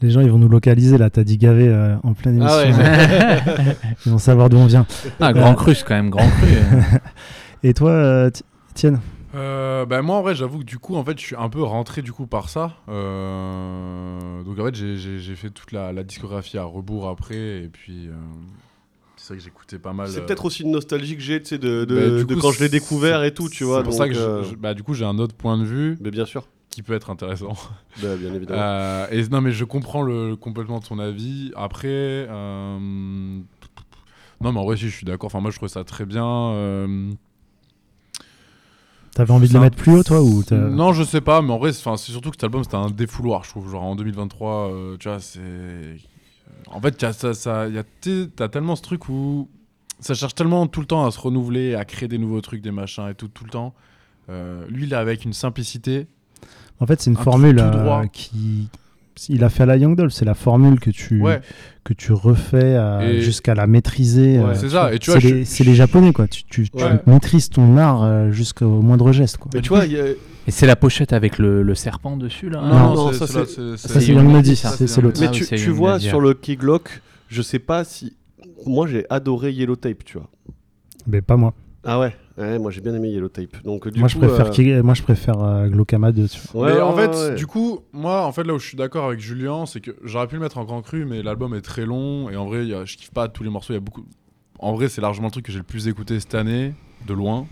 Speaker 1: Les gens, ils vont nous localiser là. T'as dit gavé euh, en pleine émission.
Speaker 2: Ah ouais.
Speaker 1: ils vont savoir d'où on vient.
Speaker 4: Ah, Grand Cru, c'est quand même Grand Cru.
Speaker 1: Et toi, euh, Ti- Étienne
Speaker 3: Euh, bah moi en vrai j'avoue que du coup en fait je suis un peu rentré du coup par ça Euh, donc en fait j'ai- j'ai j'ai fait toute la, la discographie à rebours après et puis euh, c'est vrai que j'écoutais pas mal
Speaker 2: C'est
Speaker 3: euh,
Speaker 2: peut-être aussi une nostalgie que j'ai, tu sais, de, de-
Speaker 3: bah, du
Speaker 2: de
Speaker 3: coup,
Speaker 2: quand je l'ai
Speaker 3: c'est-
Speaker 2: découvert et tout, tu vois.
Speaker 3: c'est pour ça
Speaker 2: donc,
Speaker 3: que je-
Speaker 2: euh,
Speaker 3: je- bah, du coup j'ai un autre point de vue
Speaker 2: Mais bien sûr,
Speaker 3: qui peut être intéressant
Speaker 2: Bah, bien évidemment.
Speaker 3: Euh, et non, mais je comprends le, complètement ton avis. Après, euh, non, mais en vrai, si je suis d'accord. Enfin, moi, je trouve ça très bien. euh,
Speaker 1: T'avais envie de
Speaker 3: ça-
Speaker 1: le mettre plus haut, toi ou t'as-
Speaker 3: Non, je sais pas, mais en vrai, c'est enfin, c'est surtout que cet album, c'était un défouloir, je trouve. Genre en 2023, euh, tu vois, c'est. En fait, t'as ça, ça, y a t- t'as tellement ce truc où ça cherche tellement tout le temps à se renouveler, à créer des nouveaux trucs, des machins et tout, tout le temps. Euh, lui, il est avec une simplicité.
Speaker 1: En fait, c'est une
Speaker 3: Un
Speaker 1: formule
Speaker 3: tout droit.
Speaker 1: euh, qui. Il a fait à la Young Doll, c'est la formule que tu,
Speaker 3: Ouais.
Speaker 1: que tu refais à-
Speaker 3: Et-
Speaker 1: jusqu'à la maîtriser.
Speaker 2: Ouais,
Speaker 1: euh,
Speaker 3: c'est
Speaker 1: tu
Speaker 3: ça,
Speaker 1: vois.
Speaker 3: Ah, et tu vois,
Speaker 1: c'est
Speaker 3: je-
Speaker 1: les, c'est les Japonais, quoi. Tu, tu- tu
Speaker 2: Ouais.
Speaker 1: maîtrises ton art euh, jusqu'au moindre geste, quoi.
Speaker 2: Mais tu vois, il y a-
Speaker 4: Et c'est la pochette avec le, le serpent dessus, là. hein
Speaker 2: Non, non, ça,
Speaker 3: là,
Speaker 2: c'est-
Speaker 1: Ça, c'est Young Nudie, ça, c'est c'est l'autre.
Speaker 2: mais
Speaker 4: Ah oui,
Speaker 2: tu,
Speaker 4: c'est
Speaker 2: tu
Speaker 4: une
Speaker 2: vois,
Speaker 4: nadia.
Speaker 2: sur le Key Glock, je sais pas si. Moi, j'ai adoré Yellow Tape, tu vois.
Speaker 1: Mais pas moi.
Speaker 2: Ah ouais, ouais moi, j'ai bien aimé Yellow Tape. Donc, du
Speaker 1: Moi,
Speaker 2: coup,
Speaker 1: je préfère,
Speaker 2: euh,
Speaker 1: Ki- moi, je préfère euh, Glaucama 2. tu vois.
Speaker 2: ouais,
Speaker 3: mais en
Speaker 2: ouais,
Speaker 3: fait,
Speaker 2: ouais.
Speaker 3: du coup, moi, en fait, là où je suis d'accord avec Julien, c'est que j'aurais pu le mettre en grand cru, mais l'album est très long et en vrai, il y a- je kiffe pas tous les morceaux. Il y a beaucoup. En vrai, c'est largement le truc que j'ai le plus écouté cette année, de loin.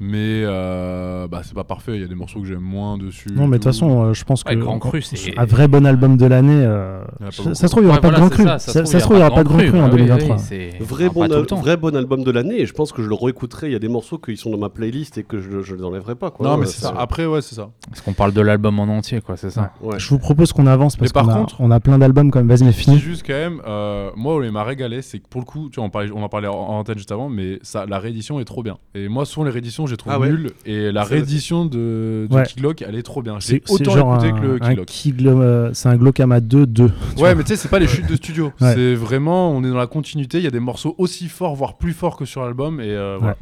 Speaker 3: Mais euh, bah, c'est pas parfait. Il y a des morceaux que j'aime moins dessus.
Speaker 1: Non,
Speaker 3: et
Speaker 1: mais de toute
Speaker 3: tout.
Speaker 1: façon, euh, je pense que.
Speaker 4: Ouais, Grand Cru, c'est.
Speaker 1: Un vrai bon album de l'année. euh,
Speaker 3: Il y en a pas
Speaker 1: ça,
Speaker 3: beaucoup.
Speaker 1: ça se trouve, il n'y aura
Speaker 4: Ouais,
Speaker 1: pas
Speaker 4: voilà,
Speaker 1: de grand
Speaker 4: c'est
Speaker 1: cru.
Speaker 4: Ça,
Speaker 1: Ça ça se trouve, il n'y aura pas de grand cru en
Speaker 4: bah oui, oui,
Speaker 1: 2023.
Speaker 4: c'est-
Speaker 2: Vrai
Speaker 4: enfin,
Speaker 2: bon,
Speaker 4: pas tout
Speaker 2: al-
Speaker 4: le temps.
Speaker 2: vrai bon album de l'année, et je pense que je le réécouterai. Il y a des morceaux qui sont dans ma playlist et que je, je les enlèverai pas. Quoi.
Speaker 3: Non, mais
Speaker 2: Euh,
Speaker 3: c'est ça. Après, ouais, c'est ça.
Speaker 4: Parce qu'on parle de l'album en entier, quoi, c'est ça.
Speaker 2: Ouais.
Speaker 1: Je vous propose qu'on avance parce
Speaker 3: Mais par
Speaker 1: qu'on a,
Speaker 3: contre-
Speaker 1: on a plein d'albums quand même. Vas-y, mais
Speaker 3: C'est
Speaker 1: finis.
Speaker 3: juste quand même, euh, moi, où il m'a régalé, c'est que pour le coup, tu vois, on, parlait- on en parlait en- en antenne juste avant, mais ça, la réédition est trop bien. Et moi, souvent, les rééditions, je les trouve
Speaker 2: Ah ouais.
Speaker 3: nulles. Et la
Speaker 2: C'est-
Speaker 3: réédition de, de
Speaker 1: Ouais.
Speaker 3: Kid Lock, elle est trop bien. J'ai
Speaker 1: C'est c'est
Speaker 3: autant
Speaker 1: genre
Speaker 3: écouté que
Speaker 1: un,
Speaker 3: le
Speaker 1: un
Speaker 3: Kid Lock.
Speaker 1: Key Glo- euh, c'est un Glaucama 2 2.
Speaker 3: Ouais, mais tu sais, c'est pas les chutes de studio.
Speaker 1: Ouais.
Speaker 3: C'est vraiment, on est dans la continuité. Il y a des morceaux aussi forts, voire plus forts que sur l'album. Et euh, voilà.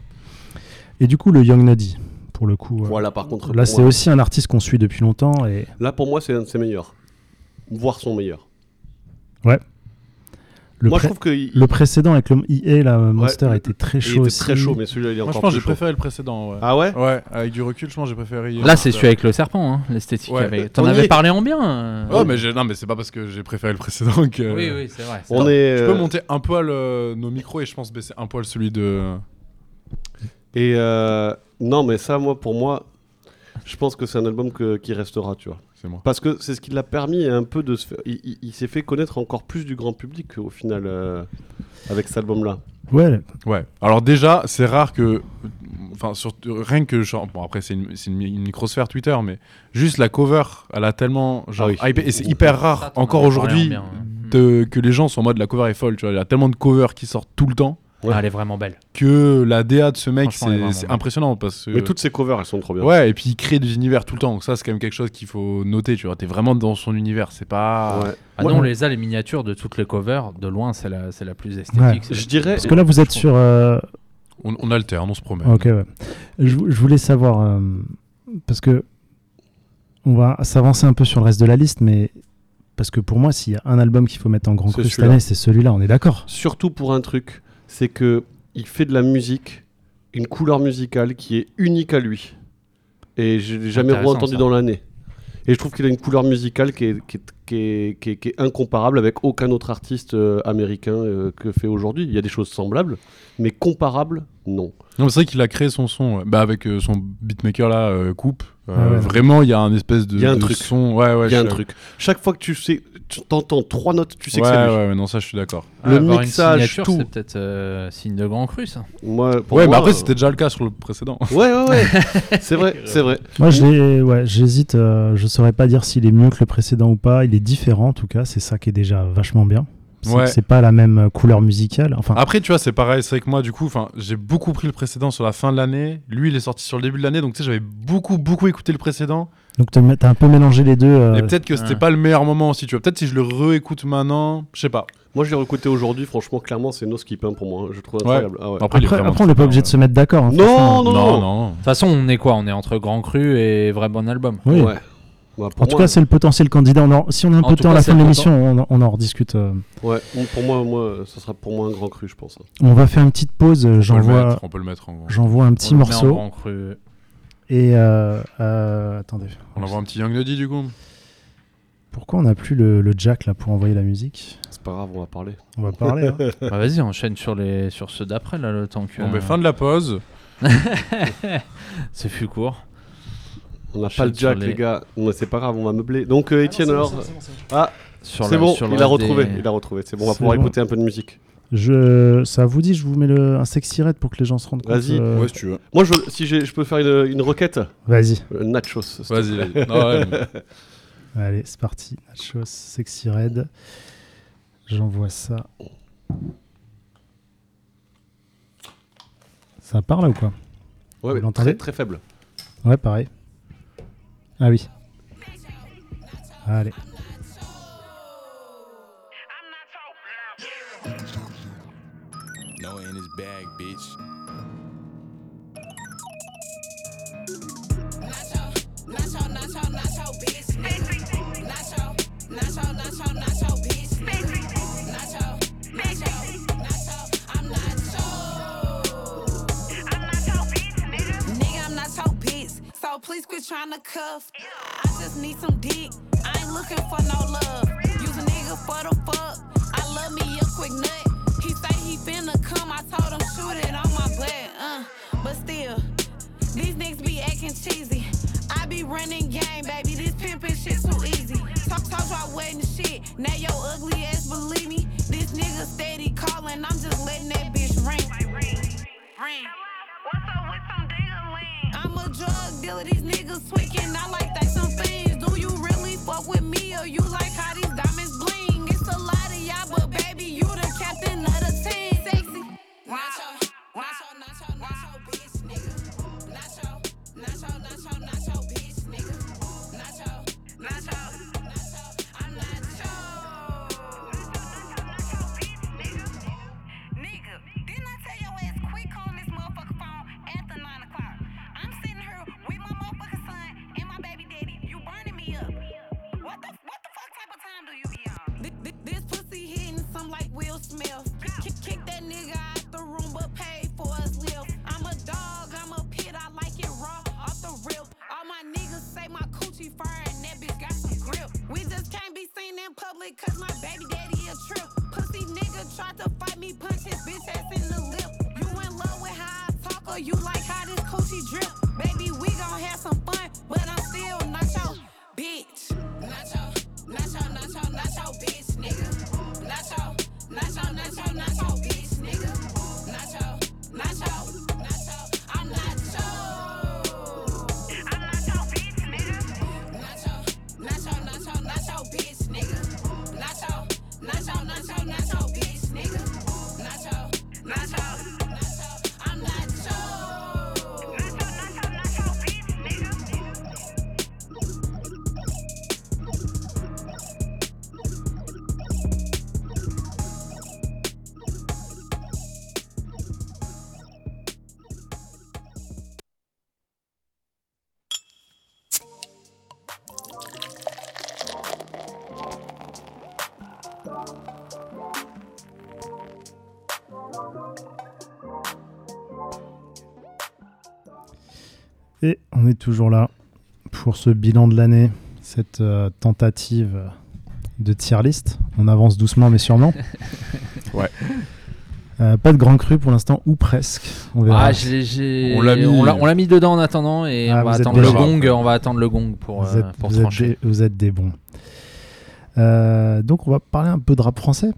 Speaker 1: Et du coup, le Young Nuddy, pour le coup. euh,
Speaker 2: Voilà, par contre,
Speaker 1: Là,
Speaker 2: pour
Speaker 1: c'est
Speaker 2: moi-
Speaker 1: aussi un artiste qu'on suit depuis longtemps et
Speaker 2: là, pour moi, c'est un de ses meilleurs. Voire son meilleur.
Speaker 1: le,
Speaker 2: moi,
Speaker 1: pré-
Speaker 2: je trouve que. il-
Speaker 1: le précédent avec le EA, là, Monster,
Speaker 2: le-
Speaker 1: était très
Speaker 2: il
Speaker 1: chaud
Speaker 2: était
Speaker 1: aussi.
Speaker 2: très chaud, mais celui-là, il est
Speaker 3: Moi, je
Speaker 2: encore
Speaker 3: pense que
Speaker 2: plus
Speaker 3: j'ai
Speaker 2: chaud.
Speaker 3: préféré le précédent. Ouais.
Speaker 2: Ah ouais
Speaker 3: Ouais, avec du recul, je pense que j'ai préféré. euh,
Speaker 4: Là, c'est celui avec le serpent, hein, l'esthétique.
Speaker 3: Ouais.
Speaker 4: avec- T'en
Speaker 2: On y
Speaker 4: avais
Speaker 2: est.
Speaker 4: parlé en bien. euh.
Speaker 3: Ouais, mais j'ai- non, mais c'est pas parce que j'ai préféré le précédent que.
Speaker 4: Oui, oui, c'est vrai. c'est
Speaker 2: On
Speaker 4: vrai.
Speaker 2: est.
Speaker 3: Je peux
Speaker 2: euh,
Speaker 3: monter un poil euh, nos micros et je pense baisser un poil celui de.
Speaker 2: Et euh, non, mais ça, moi, pour moi, je pense que c'est un album que- qui restera, tu vois.
Speaker 3: C'est moi.
Speaker 2: Parce que c'est ce qui l'a permis un peu de se faire. Il, il- il s'est fait connaître encore plus du grand public au final euh, avec cet album-là.
Speaker 1: Ouais,
Speaker 3: Ouais. Alors déjà, c'est rare que, enfin, surtout- rien que genre, bon après c'est une, c'est une mi- une microsphère Twitter, mais juste la cover, elle a tellement genre
Speaker 2: Ah oui.
Speaker 3: hypé- et c'est hyper
Speaker 4: Ça,
Speaker 3: rare
Speaker 4: t'en
Speaker 3: encore
Speaker 4: avais parlé en
Speaker 3: aujourd'hui
Speaker 4: bien, hein. ouais.
Speaker 3: de- que les gens sont en mode la cover est folle. Tu vois, il y a tellement de covers qui sortent tout le temps
Speaker 2: Ouais.
Speaker 4: Ah, elle est vraiment belle.
Speaker 3: que la DA de ce mec
Speaker 4: Franchement, elle est
Speaker 3: c'est
Speaker 4: vraiment
Speaker 3: c'est
Speaker 4: belle.
Speaker 3: impressionnant parce que
Speaker 2: Mais toutes ces covers, elles sont trop bien.
Speaker 3: Euh. ouais et puis il crée des univers tout le temps. Donc ça c'est quand même quelque chose qu'il faut noter. Tu vois, t'es vraiment dans son univers. C'est pas
Speaker 2: Ouais.
Speaker 4: Ah
Speaker 2: Moi,
Speaker 4: non, les a, les miniatures de toutes les covers, de loin, c'est la, c'est la plus esthétique.
Speaker 1: Ouais.
Speaker 4: c'est
Speaker 2: Je
Speaker 4: la plus-
Speaker 2: dirais.
Speaker 1: parce que là, vous êtes sur. euh,
Speaker 3: on, on alterne, on se promet.
Speaker 1: Ok, ouais. Je, vou- je voulais savoir, euh, parce que on va s'avancer un peu sur le reste de la liste, mais parce que pour moi, s'il y a un album qu'il faut mettre en grand
Speaker 2: C'est
Speaker 1: cru cette
Speaker 2: celui-là.
Speaker 1: année, c'est celui-là, on est d'accord.
Speaker 2: Surtout pour un truc, c'est que il fait de la musique, une couleur musicale qui est unique à lui. Et je l'ai jamais
Speaker 4: Intéressant,
Speaker 2: entendu
Speaker 4: ça.
Speaker 2: dans l'année. Et je trouve qu'il a une couleur musicale qui est, qui est, qui est- qui est- qui est incomparable avec aucun autre artiste euh, américain euh, que fait aujourd'hui. Il y a des choses semblables, mais comparables, non.
Speaker 3: Non, mais c'est vrai qu'il a créé son son ouais. bah, avec euh, son beatmaker là, euh, Coupe. Euh,
Speaker 1: Ah ouais.
Speaker 3: Vraiment, il y a un espèce de,
Speaker 2: Il y a un
Speaker 3: de
Speaker 2: truc.
Speaker 3: son. Ouais, ouais,
Speaker 2: Il y
Speaker 3: je
Speaker 2: a un
Speaker 3: suis-
Speaker 2: truc. Chaque fois que tu sais, tu t'entends trois notes, tu sais
Speaker 3: ouais,
Speaker 2: que c'est lui.
Speaker 3: ouais, ouais, non, ça je suis d'accord.
Speaker 4: Ah,
Speaker 2: le
Speaker 4: avoir une
Speaker 2: mixage,
Speaker 4: signature,
Speaker 2: tout.
Speaker 4: C'est peut-être euh, signe de grand cru, ça.
Speaker 2: Moi, pour
Speaker 3: Ouais, mais
Speaker 2: moi,
Speaker 3: après,
Speaker 2: euh,
Speaker 3: c'était déjà le cas sur le précédent.
Speaker 2: Ouais, ouais, ouais. c'est vrai, c'est vrai.
Speaker 1: Moi, je l'ai- ouais, j'hésite, euh, je saurais pas dire s'il est mieux que le précédent ou pas. Il est différent, en tout cas, c'est ça qui est déjà vachement bien. C'est
Speaker 3: Ouais. Ah.
Speaker 1: c'est pas la même couleur musicale. Enfin,
Speaker 3: Après, tu vois, c'est pareil. C'est vrai que moi, du coup, enfin, j'ai beaucoup pris le précédent sur la fin de l'année. Lui, il est sorti sur le début de l'année. Donc, tu sais, j'avais beaucoup, beaucoup écouté le précédent.
Speaker 1: donc t'as t'as un peu mélangé les deux. euh,
Speaker 3: Et peut-être que c'était
Speaker 4: ouais.
Speaker 3: pas le meilleur moment aussi. Tu vois, peut-être si je le réécoute maintenant, je sais pas.
Speaker 2: Moi, je l'ai recouté aujourd'hui. Franchement, clairement, c'est no skip hein, pour moi. Je trouve incroyable. Ah ouais.
Speaker 3: il est
Speaker 1: Après,
Speaker 3: vraiment
Speaker 1: après, on n'est pas
Speaker 3: très
Speaker 1: obligé de se mettre d'accord. hein, franchement.
Speaker 2: Non, non,
Speaker 3: bien.
Speaker 2: non.
Speaker 3: Non, non.
Speaker 4: toute façon, on est quoi On est entre Grand Cru et vrai bon album.
Speaker 1: Oui.
Speaker 2: Ouais. Bah, pour
Speaker 1: En tout
Speaker 2: moi,
Speaker 1: cas, c'est le potentiel candidat. On en- Si on a un
Speaker 4: En
Speaker 1: peu de
Speaker 4: tout
Speaker 1: temps à
Speaker 4: cas,
Speaker 1: la
Speaker 4: c'est
Speaker 1: fin de
Speaker 4: le
Speaker 1: l'émission, on, en- on en rediscute. euh.
Speaker 2: ouais, pour moi, moi, ça sera pour moi un grand cru, je pense. hein.
Speaker 1: On va faire une petite pause. euh,
Speaker 3: On peut le
Speaker 1: J'envoie
Speaker 3: mettre, On peut le mettre en grand.
Speaker 1: j'envoie un petit
Speaker 4: On le met en
Speaker 1: morceau.
Speaker 4: Grand Cru.
Speaker 1: Et euh, euh, attendez,
Speaker 3: On envoie un petit Young Nuddy, du coup.
Speaker 1: pourquoi on n'a plus le, le jack là pour envoyer la musique
Speaker 2: C'est pas grave, on va parler.
Speaker 1: On va parler. hein.
Speaker 4: Bah, Vas-y, enchaîne sur, les... sur ceux d'après, là, le temps que.
Speaker 3: On met fin de la pause.
Speaker 4: Ce fut court.
Speaker 2: On n'a pas
Speaker 4: Enchaîne
Speaker 2: le jack,
Speaker 4: sur
Speaker 2: les...
Speaker 4: les-
Speaker 2: gars. Mais c'est pas grave, on va meubler. Donc,
Speaker 3: Ah,
Speaker 2: euh, Étienne, alors.
Speaker 4: Sur
Speaker 2: C'est
Speaker 4: le-
Speaker 2: bon,
Speaker 4: sur le
Speaker 2: il a
Speaker 4: reste des-
Speaker 2: retrouvé. Il a retrouvé. C'est bon, on va
Speaker 1: C'est
Speaker 2: pouvoir
Speaker 1: bon.
Speaker 2: écouter un peu de musique.
Speaker 1: Je, ça vous dit, je vous mets le, un sexy red pour que les gens se rendent compte.
Speaker 2: Vas-y.
Speaker 1: euh,
Speaker 3: si tu veux.
Speaker 2: Moi, je, si j'ai- je peux faire une, une requête,
Speaker 1: Vas-y.
Speaker 2: euh, Nachos. s'il te plaît.
Speaker 3: Vas-y. vas-y. Non, ouais, mais-
Speaker 1: Allez, c'est parti. Nachos, sexy red. J'envoie ça. Ça part là ou quoi
Speaker 2: Ouais, mais
Speaker 1: l'entendez
Speaker 2: très, très faible.
Speaker 1: Ouais, pareil. Ah oui. Allez.
Speaker 5: No in his bag, bitch.
Speaker 6: Nigga, I'm not your bitch, so please quit trying to cuff. I just need some dick. I ain't looking for no love. Use a nigga for the fuck. I love me a quick nut. He say he finna come. I told him shoot it on my butt. Uh, but still, these niggas be acting cheesy. I be running game, baby. This pimpin' shit too easy. Talk, talk about wedding shit. Now your ugly ass believe me. This nigga steady calling. I'm just letting that bitch ring. Ring. I'm a drug dealer, these niggas tweaking. I like that some fiends. Do you really fuck with me or you like how these diamonds bling? It's a lot of y'all, but baby, you the captain of the team. Sexy. Nacho, nacho, nacho, nacho, bitch, nigga. Nacho, nacho, nacho, nacho, bitch, nigga. Nacho, nacho, nacho, I'm nacho. Nigga, didn't I tell your ass quit calling this motherfucker phone after 9 o'clock? I'm sitting here with my motherfucking son and my baby daddy. You burning me up. What the, what the fuck type of time do you be on? This, this pussy hitting some like Will Smith. Kick, kick that nigga out the room but paid for his lip. I'm a dog, I'm a pit, I like it raw off the rip. All my niggas say my coochie fire and that bitch got some grip. We just can't be seen in public cause my baby daddy a trip. Pussy nigga tried to fight me, punch his bitch ass in the lip. You in love with how I talk or you like how this coochie drip? Baby, we gon' have some fun, but I'm still not your bitch. Nacho, nacho, nacho, nacho, bitch, nigga. Nacho, nacho, nacho, nacho, bitch, nigga. Nacho, nacho, nacho, I'm nacho. I'm nacho, bitch, nigga. Nacho, nacho, nacho, nacho, bitch, nigga. Nacho, nacho, nacho, nacho, bitch, nigga. Nacho, nacho, nacho, I'm nacho. Nacho, nacho, nacho, bitch, nigga.
Speaker 1: Et on est toujours là pour ce bilan de l'année, cette euh, tentative de tier list. On avance doucement mais sûrement.
Speaker 3: Ouais.
Speaker 1: Euh, pas de grand cru pour l'instant, ou presque. On verra.
Speaker 4: Ah, je l'ai- j'ai-
Speaker 3: On l'a mis.
Speaker 4: on l'a on l'a mis dedans en attendant et
Speaker 1: Ah,
Speaker 4: on va
Speaker 1: vous êtes
Speaker 4: attendre le
Speaker 1: déjà-
Speaker 4: gong. On va attendre le gong pour,
Speaker 1: vous,
Speaker 4: euh,
Speaker 1: êtes,
Speaker 4: pour
Speaker 1: vous êtes
Speaker 4: trancher.
Speaker 1: des, vous êtes des bons. Euh, donc on va parler un peu de rap français.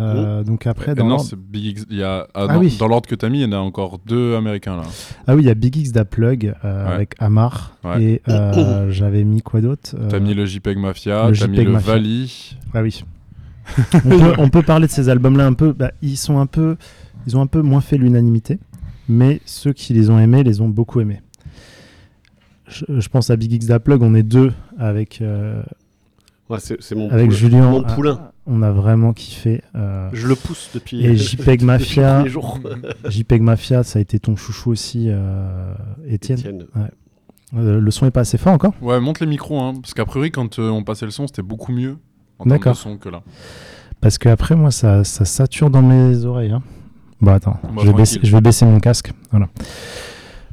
Speaker 1: Euh, Donc après,
Speaker 3: Eh
Speaker 1: dans
Speaker 3: non,
Speaker 1: l'ordre-
Speaker 3: c'est Big X. Il y a, ah,
Speaker 1: Ah
Speaker 3: dans
Speaker 1: oui.
Speaker 3: dans l'ordre que t'as mis, il y en a encore deux américains là.
Speaker 1: ah oui, il y a Big X d'Aplug euh,
Speaker 3: Ouais.
Speaker 1: avec Amar
Speaker 3: Ouais.
Speaker 1: et euh, j'avais mis quoi d'autre Euh,
Speaker 3: T'as mis le JPEG E Mafia,
Speaker 1: le
Speaker 3: t'as mis
Speaker 1: JPEG
Speaker 3: le
Speaker 1: Mafia.
Speaker 3: Vali.
Speaker 1: Ah oui. on, peut, on peut parler de ces albums-là un peu. bah, ils sont un peu, ils ont un peu moins fait l'unanimité, mais ceux qui les ont aimés les ont beaucoup aimés. Je, je pense à Big X Da Plug, on est deux avec euh,
Speaker 2: Ouais, c'est c'est mon,
Speaker 1: avec
Speaker 2: poulain.
Speaker 1: Julien.
Speaker 2: mon
Speaker 1: Ah,
Speaker 2: poulain.
Speaker 1: on a vraiment kiffé. euh,
Speaker 2: Je le pousse depuis.
Speaker 1: et JPEG
Speaker 2: depuis le
Speaker 1: Mafia,
Speaker 2: premier jour.
Speaker 1: JPEG E Mafia, ça a été ton chouchou aussi, euh, Étienne.
Speaker 2: Étienne.
Speaker 1: Euh, le son est pas assez fort encore.
Speaker 3: Ouais, monte les micros, hein, parce qu'a priori, quand euh, on passait le son, c'était beaucoup mieux en termes de
Speaker 1: D'accord.
Speaker 3: son que là.
Speaker 1: Parce que après, moi, ça, ça sature dans mes oreilles. hein. Bon, attends,
Speaker 3: Bah,
Speaker 1: je, vais
Speaker 3: tranquille.
Speaker 1: baisser, je vais baisser mon casque. Voilà.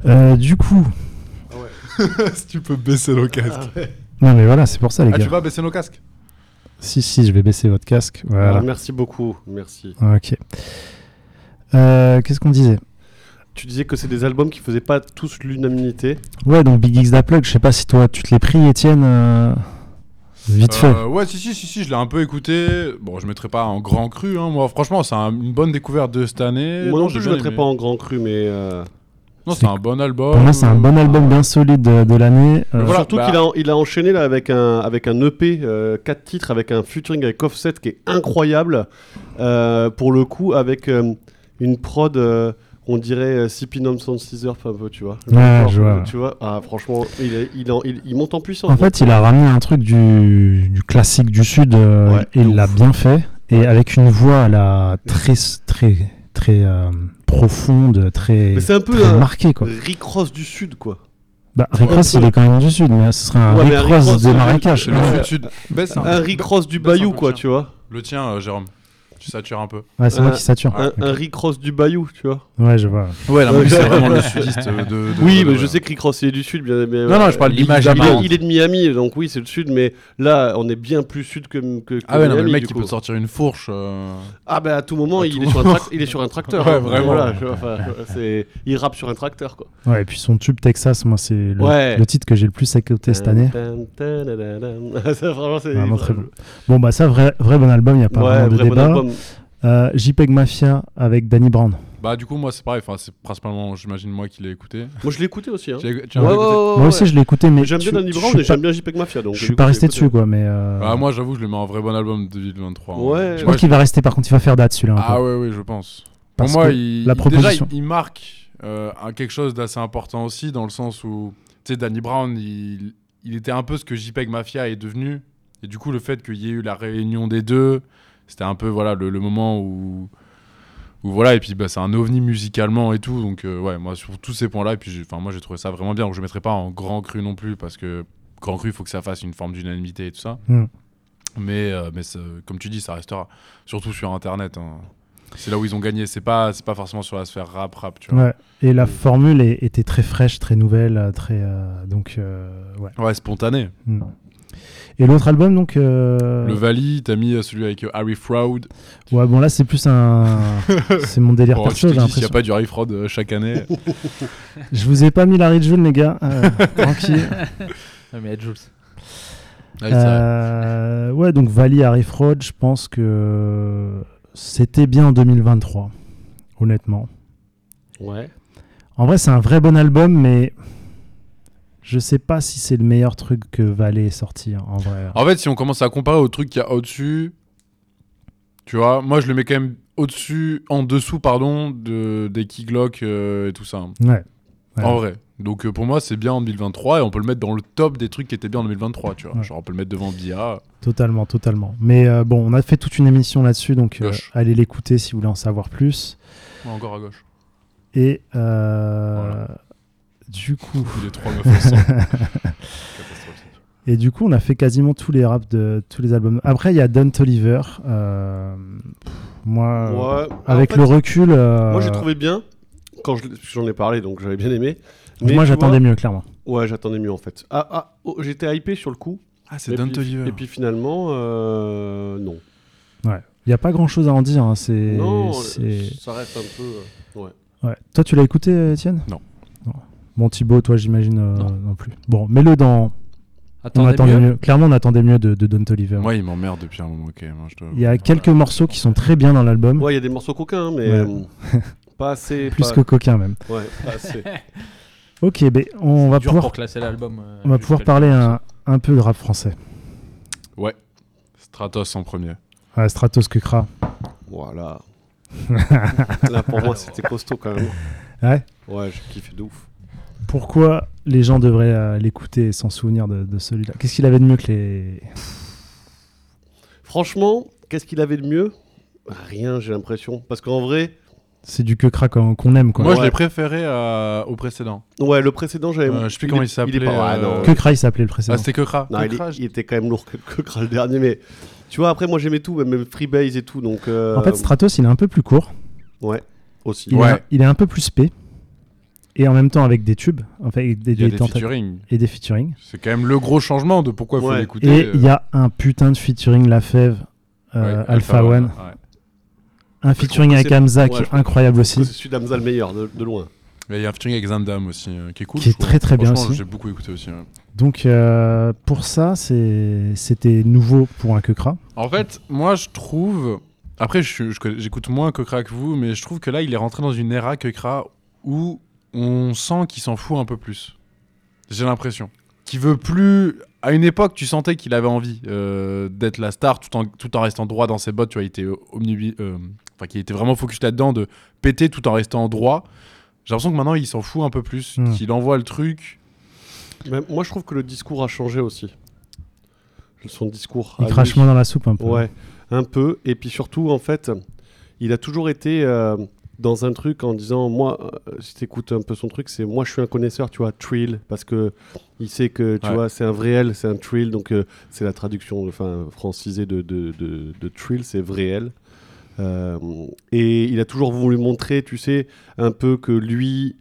Speaker 1: Euh, du coup,
Speaker 3: si tu peux baisser nos
Speaker 1: Ah.
Speaker 3: casques.
Speaker 2: Ah.
Speaker 1: non mais voilà, c'est pour ça, les
Speaker 3: Ah,
Speaker 1: gars.
Speaker 3: tu vas baisser nos casques
Speaker 1: Si, si, je vais baisser votre casque. Voilà.
Speaker 2: Ah, merci beaucoup, merci.
Speaker 1: Ok. Euh, Qu'est-ce qu'on disait
Speaker 2: Tu disais que c'est des albums qui faisaient pas tous l'unanimité.
Speaker 1: Ouais, donc Big X Da Plug, je sais pas si toi, tu te l'es pris, Étienne. euh, Vite fait.
Speaker 3: Euh, Ouais, si, si, si, si, je l'ai un peu écouté. Bon, je mettrai pas en grand cru, hein, moi. Franchement, c'est un- une bonne découverte de cette année.
Speaker 2: Moi non
Speaker 3: Euh, j'ai
Speaker 2: plus, je
Speaker 3: bien
Speaker 2: mettrais
Speaker 3: aimé.
Speaker 2: pas en grand cru, mais. euh,
Speaker 3: Non,
Speaker 1: C'est-
Speaker 3: c'est un bon album.
Speaker 1: Pour moi, c'est un bon album bien solide de, de l'année. Euh,
Speaker 3: Voilà,
Speaker 2: Surtout
Speaker 3: bah-
Speaker 2: qu'il a, il a enchaîné là avec un, avec un E EP, 4 titres, avec un featuring avec Offset qui est incroyable. Euh, pour le coup, avec euh, une prod, euh, on dirait euh, Sipinum Sound Scissor, un peu, tu vois.
Speaker 1: Ouais, je vois, ouais.
Speaker 2: Tu vois, ah, franchement, il, est- il, en- il- il monte en puissance.
Speaker 1: En fait, il a ramené un truc du, du classique du Sud euh,
Speaker 2: Ouais,
Speaker 1: et
Speaker 2: de
Speaker 1: il l'a
Speaker 2: ouf.
Speaker 1: bien fait. Et avec une voix à la très, très, très euh, profonde, très,
Speaker 2: Mais c'est un peu
Speaker 1: très
Speaker 2: un
Speaker 1: marquée. Quoi.
Speaker 2: Rick Ross du Sud, quoi.
Speaker 1: Bah, Rick
Speaker 2: Ouais,
Speaker 1: Ross,
Speaker 2: ouais.
Speaker 1: il est quand même du Sud, mais ce serait un
Speaker 2: Ouais,
Speaker 1: Rick
Speaker 2: mais un Rick
Speaker 1: Ross
Speaker 2: Ross,
Speaker 1: de
Speaker 2: c'est-
Speaker 1: marécage.
Speaker 3: Le
Speaker 1: Ouais,
Speaker 2: Ouais.
Speaker 3: sud- sud- baisse un-
Speaker 2: Un Rick Ross du
Speaker 3: baisse un
Speaker 2: Bayou,
Speaker 3: peu
Speaker 2: quoi,
Speaker 3: le
Speaker 2: tu vois.
Speaker 3: Le tien, euh, Jérôme. Tu satures un peu.
Speaker 1: Ouais, c'est moi
Speaker 2: Euh,
Speaker 1: qui sature.
Speaker 2: Un, un Rick Ross du Bayou, tu vois.
Speaker 1: Ouais, je vois.
Speaker 3: Ouais,
Speaker 2: non, mais
Speaker 3: Ah c'est
Speaker 2: c'est
Speaker 3: vraiment le sudiste euh, de. de-
Speaker 2: Oui,
Speaker 3: de-
Speaker 2: mais
Speaker 3: de-
Speaker 2: je sais que Rick Ross il est du sud, bien, mais euh,
Speaker 3: Non, non, je parle de l'image
Speaker 2: il, est-
Speaker 3: apparente.
Speaker 2: il est de Miami, donc oui, c'est le sud, mais là, on est bien plus sud que, que, que
Speaker 3: Ah ouais, non, mais le
Speaker 2: Miami,
Speaker 3: mec,
Speaker 2: du
Speaker 3: il
Speaker 2: coup.
Speaker 3: peut te sortir une fourche. euh,
Speaker 2: Ah bah à tout moment,
Speaker 3: À
Speaker 2: il,
Speaker 3: tout
Speaker 2: est Sur un trac- il est sur un tracteur.
Speaker 3: Ouais,
Speaker 2: hein.
Speaker 3: vraiment.
Speaker 2: Voilà, je- enfin, euh, c'est- il rappe sur un tracteur quoi.
Speaker 1: Ouais, et puis son tube Texas, moi, c'est le,
Speaker 2: Ouais.
Speaker 1: le titre que j'ai le plus écouté cette année.
Speaker 2: Tan, tan, tadadam. Ça, Euh, Vraiment, c'est
Speaker 1: Vraiment très bon. Bon, bah, ça, vrai, vrai bon album, il n'y a pas
Speaker 2: Ouais,
Speaker 1: vraiment de
Speaker 2: vrai bon
Speaker 1: débat.
Speaker 2: album.
Speaker 1: Euh, JPEG Mafia avec Danny Brown.
Speaker 3: Bah, du coup, moi, c'est pareil. Enfin, c'est principalement, j'imagine, moi qui l'ai écouté.
Speaker 2: Moi je l'ai écouté aussi. Hein.
Speaker 3: Tu l'as- tu l'as
Speaker 2: Ouais, ouais,
Speaker 3: écouté
Speaker 2: ouais, ouais,
Speaker 1: moi aussi,
Speaker 2: ouais.
Speaker 1: je l'ai écouté, mais.
Speaker 2: j'aime bien
Speaker 1: je-
Speaker 2: Danny
Speaker 1: je
Speaker 2: Brown
Speaker 1: suis
Speaker 2: et
Speaker 1: pas-
Speaker 2: j'aime bien JPEG Mafia. Donc
Speaker 1: Je
Speaker 2: du
Speaker 1: suis
Speaker 2: coup,
Speaker 1: pas
Speaker 2: j'ai
Speaker 1: resté
Speaker 2: écouté.
Speaker 1: dessus, quoi, mais. euh,
Speaker 3: Ah, moi, j'avoue, je le mets en vrai bon album de 2023. hein.
Speaker 2: Ouais.
Speaker 3: Je
Speaker 1: Je
Speaker 3: crois
Speaker 1: pense qu'il va rester, par contre, il va faire date celui-là. un peu.
Speaker 3: Ah ouais, oui, je pense.
Speaker 1: Parce
Speaker 3: Pour moi,
Speaker 1: que
Speaker 3: il,
Speaker 1: la
Speaker 3: il- déjà, il,
Speaker 1: proposition-
Speaker 3: il marque euh, un- quelque chose d'assez important aussi, dans le sens où, tu sais, Danny Brown, il, il était un peu ce que JPEG Mafia est devenu. Et du coup, le fait qu'il y ait eu la réunion des deux, c'était un peu, voilà, le, le moment où... où voilà, et puis bah, c'est un ovni musicalement et tout. Donc, euh, ouais, moi, sur tous ces points-là, et puis, j'ai- enfin, moi, j'ai trouvé ça vraiment bien. Donc, je ne mettrai pas en grand cru non plus, parce que grand cru, il faut que ça fasse une forme d'unanimité et tout ça.
Speaker 1: Mm.
Speaker 3: Mais, euh, mais ça- comme tu dis, ça restera surtout sur Internet. hein. C'est là où ils ont gagné. C'est pas, c'est pas forcément sur la sphère rap rap, tu vois.
Speaker 1: Ouais. Et
Speaker 3: Euh,
Speaker 1: la formule est- était très fraîche, très nouvelle, euh, très euh, donc euh, ouais.
Speaker 3: Ouais, spontané.
Speaker 1: Mm. Et l'autre album donc euh,
Speaker 3: Le Vali, t'as mis euh, celui avec euh, Harry Fraud.
Speaker 1: ouais bon là c'est plus un c'est mon délire
Speaker 3: Bon,
Speaker 1: perso
Speaker 3: je
Speaker 1: j'ai
Speaker 3: Oh, te dis, s'il n'y a
Speaker 1: l'impression.
Speaker 3: pas du Harry Fraud euh, chaque année.
Speaker 1: Je vous ai pas mis la Jules les gars euh, tranquille.
Speaker 4: Non, mais Ed Jules.
Speaker 3: Ouais, Ah, c'est vrai.
Speaker 1: Euh, ouais donc Vali Harry Fraud je pense que c'était bien en 2023 honnêtement.
Speaker 2: Ouais.
Speaker 1: En vrai c'est un vrai bon album mais je sais pas si c'est le meilleur truc que Vali ait sorti hein, en vrai.
Speaker 3: En fait, si on commence à comparer au truc qu'il y a au-dessus, tu vois, moi je le mets quand même au-dessus, en dessous, pardon, de, des Keylock et tout ça. hein.
Speaker 1: Ouais. Ouais.
Speaker 3: En vrai. Donc euh, pour moi, c'est bien en 2023 et on peut le mettre dans le top des trucs qui étaient bien en 2023, tu vois.
Speaker 1: Ouais.
Speaker 3: Genre on peut le mettre devant Bia.
Speaker 1: Totalement, totalement. Mais euh, bon, on a fait toute une émission là-dessus, donc euh,
Speaker 3: Gauche.
Speaker 1: allez l'écouter si vous voulez en savoir plus.
Speaker 3: Ouais, encore à gauche.
Speaker 1: Et euh,
Speaker 3: Voilà.
Speaker 1: du coup,
Speaker 3: Les trois meufs ensemble. Catastrophe.
Speaker 1: et du coup, on a fait quasiment tous les raps de tous les albums. Après, il y a Don Toliver. euh, pff, moi, euh,
Speaker 2: Ouais. Ah,
Speaker 1: avec
Speaker 2: En fait,
Speaker 1: le recul, euh,
Speaker 2: Moi j'ai trouvé bien quand je l'ai- j'en ai parlé, donc j'avais bien aimé. Mais
Speaker 1: moi
Speaker 2: tu
Speaker 1: j'attendais mieux clairement.
Speaker 2: vois- Ouais, j'attendais mieux en fait. Ah, ah, oh, j'étais hypé sur le coup.
Speaker 3: Ah, c'est
Speaker 2: et
Speaker 3: Don
Speaker 2: puis-
Speaker 3: Toliver.
Speaker 2: Et puis finalement, euh, non.
Speaker 1: Il n'y a pas grand-chose à en dire. hein, c'est,
Speaker 2: Non, euh,
Speaker 1: c'est-
Speaker 2: ça reste un peu. euh, Ouais.
Speaker 1: Ouais. Toi, tu l'as écouté, euh, Étienne
Speaker 3: Non.
Speaker 1: Non. Bon, Thibaut, toi, j'imagine euh,
Speaker 4: Non.
Speaker 1: non. plus. Bon, mets-le dans. on attendait mieux. Clairement, on attendait mieux de, de Don Toliver.
Speaker 3: Moi, il m'emmerde depuis un moment, quand même. hein, je dois-
Speaker 1: Il y a quelques morceaux qui sont très bien dans l'album,
Speaker 2: Ouais, il y a des morceaux coquins, hein, mais
Speaker 1: Ouais.
Speaker 2: euh, pas assez.
Speaker 1: plus
Speaker 2: pas-
Speaker 1: que coquin même.
Speaker 2: Ouais, pas assez.
Speaker 1: Ok, ben, on va
Speaker 4: Dur
Speaker 1: pouvoir,
Speaker 4: pour classer l'album. euh,
Speaker 1: on va
Speaker 4: juste
Speaker 1: pouvoir
Speaker 4: quelques
Speaker 1: parler
Speaker 4: morceaux.
Speaker 1: un, un peu de rap français.
Speaker 3: Stratos en premier.
Speaker 1: Ah, Stratos que Kra.
Speaker 2: Voilà. Là, pour moi, c'était costaud quand même.
Speaker 1: Ouais.
Speaker 2: Ouais, j'ai kiffé de ouf.
Speaker 1: Pourquoi les gens devraient euh, l'écouter et s'en souvenir de, de celui-là Qu'est-ce qu'il avait de mieux que les.
Speaker 2: Franchement, qu'est-ce qu'il avait de mieux Rien, j'ai l'impression. Parce qu'en vrai,
Speaker 1: C'est du que Kra qu'on qu'on aime, quoi.
Speaker 3: Moi,
Speaker 2: Ouais.
Speaker 3: je l'ai préféré à- au précédent.
Speaker 2: ouais, le précédent, j'avais.
Speaker 3: Euh, je sais plus comment
Speaker 2: est-
Speaker 3: il s'appelait,
Speaker 2: est pas- ah, non.
Speaker 3: euh,
Speaker 1: Que Kra, il s'appelait le
Speaker 3: Ah,
Speaker 1: précédent.
Speaker 3: c'était que Kra.
Speaker 2: Non,
Speaker 3: Que
Speaker 2: il, est-
Speaker 3: Kra, je-
Speaker 2: il était quand même lourd que, que Kra, le dernier, mais tu vois, après, moi j'aimais tout, même, même Freebase et tout, donc. euh,
Speaker 1: En fait, Stratos, il est un peu plus court.
Speaker 2: Ouais, aussi.
Speaker 1: Il,
Speaker 3: Ouais.
Speaker 1: est, un- il est un peu plus spé. Et en même temps, avec des tubes. Enfin, et des,
Speaker 3: il y a
Speaker 1: des
Speaker 3: des
Speaker 1: tenta-
Speaker 3: featuring.
Speaker 1: Et des featuring.
Speaker 3: C'est quand même le gros changement de pourquoi il faut
Speaker 2: Ouais.
Speaker 3: l'écouter.
Speaker 1: Et il
Speaker 3: euh,
Speaker 1: y a un putain de featuring La Fève, euh,
Speaker 3: ouais,
Speaker 1: Alpha One.
Speaker 3: ouais.
Speaker 1: Un featuring
Speaker 2: que
Speaker 1: avec
Speaker 2: c'est-
Speaker 1: Hamza
Speaker 2: ouais,
Speaker 1: qui
Speaker 2: je
Speaker 1: est
Speaker 2: crois-
Speaker 1: incroyable
Speaker 2: Je trouve que
Speaker 1: aussi.
Speaker 2: C'est Sudamza le meilleur, de, de loin.
Speaker 3: Mais il y a un featuring avec Zandam aussi, euh, qui est cool.
Speaker 1: Qui est
Speaker 3: je trouve.
Speaker 1: très, très bien
Speaker 3: Franchement,
Speaker 1: aussi.
Speaker 3: J'ai beaucoup écouté aussi. hein. ouais.
Speaker 1: Donc euh, pour ça, c'est- c'était nouveau pour un quecra.
Speaker 3: En fait, moi, je trouve. Après, je suis- je connais- j'écoute moins que Kra que vous, mais je trouve que là, il est rentré dans une era que Kra où on sent qu'il s'en fout un peu plus. J'ai l'impression. Qu'il veut plus. À une époque, tu sentais qu'il avait envie euh, d'être la star tout en, tout en restant droit dans ses bottes. Tu vois, il était omnibi- euh, Enfin, qu'il était vraiment focus là-dedans de péter tout en restant droit. J'ai l'impression que maintenant, il s'en fout un peu plus.
Speaker 1: Hmm.
Speaker 3: Qu'il envoie le truc.
Speaker 2: Mais moi, je trouve que le discours a changé aussi. Son discours. à
Speaker 3: Ah,
Speaker 1: Il
Speaker 2: lui.
Speaker 1: crache moins dans la soupe hein, un peu.
Speaker 2: Ouais, un peu. Et puis surtout, en fait, il a toujours été euh, dans un truc en disant Moi, euh, si t'écoutes un peu son truc, c'est moi, je suis un connaisseur, tu vois, trill, parce que il sait que, tu
Speaker 3: Ouais.
Speaker 2: vois, c'est un réel, c'est un trill, donc euh, c'est la traduction enfin, francisée de, de, de, de trill, c'est réel. Euh, et il a toujours voulu montrer, tu sais, un peu que lui.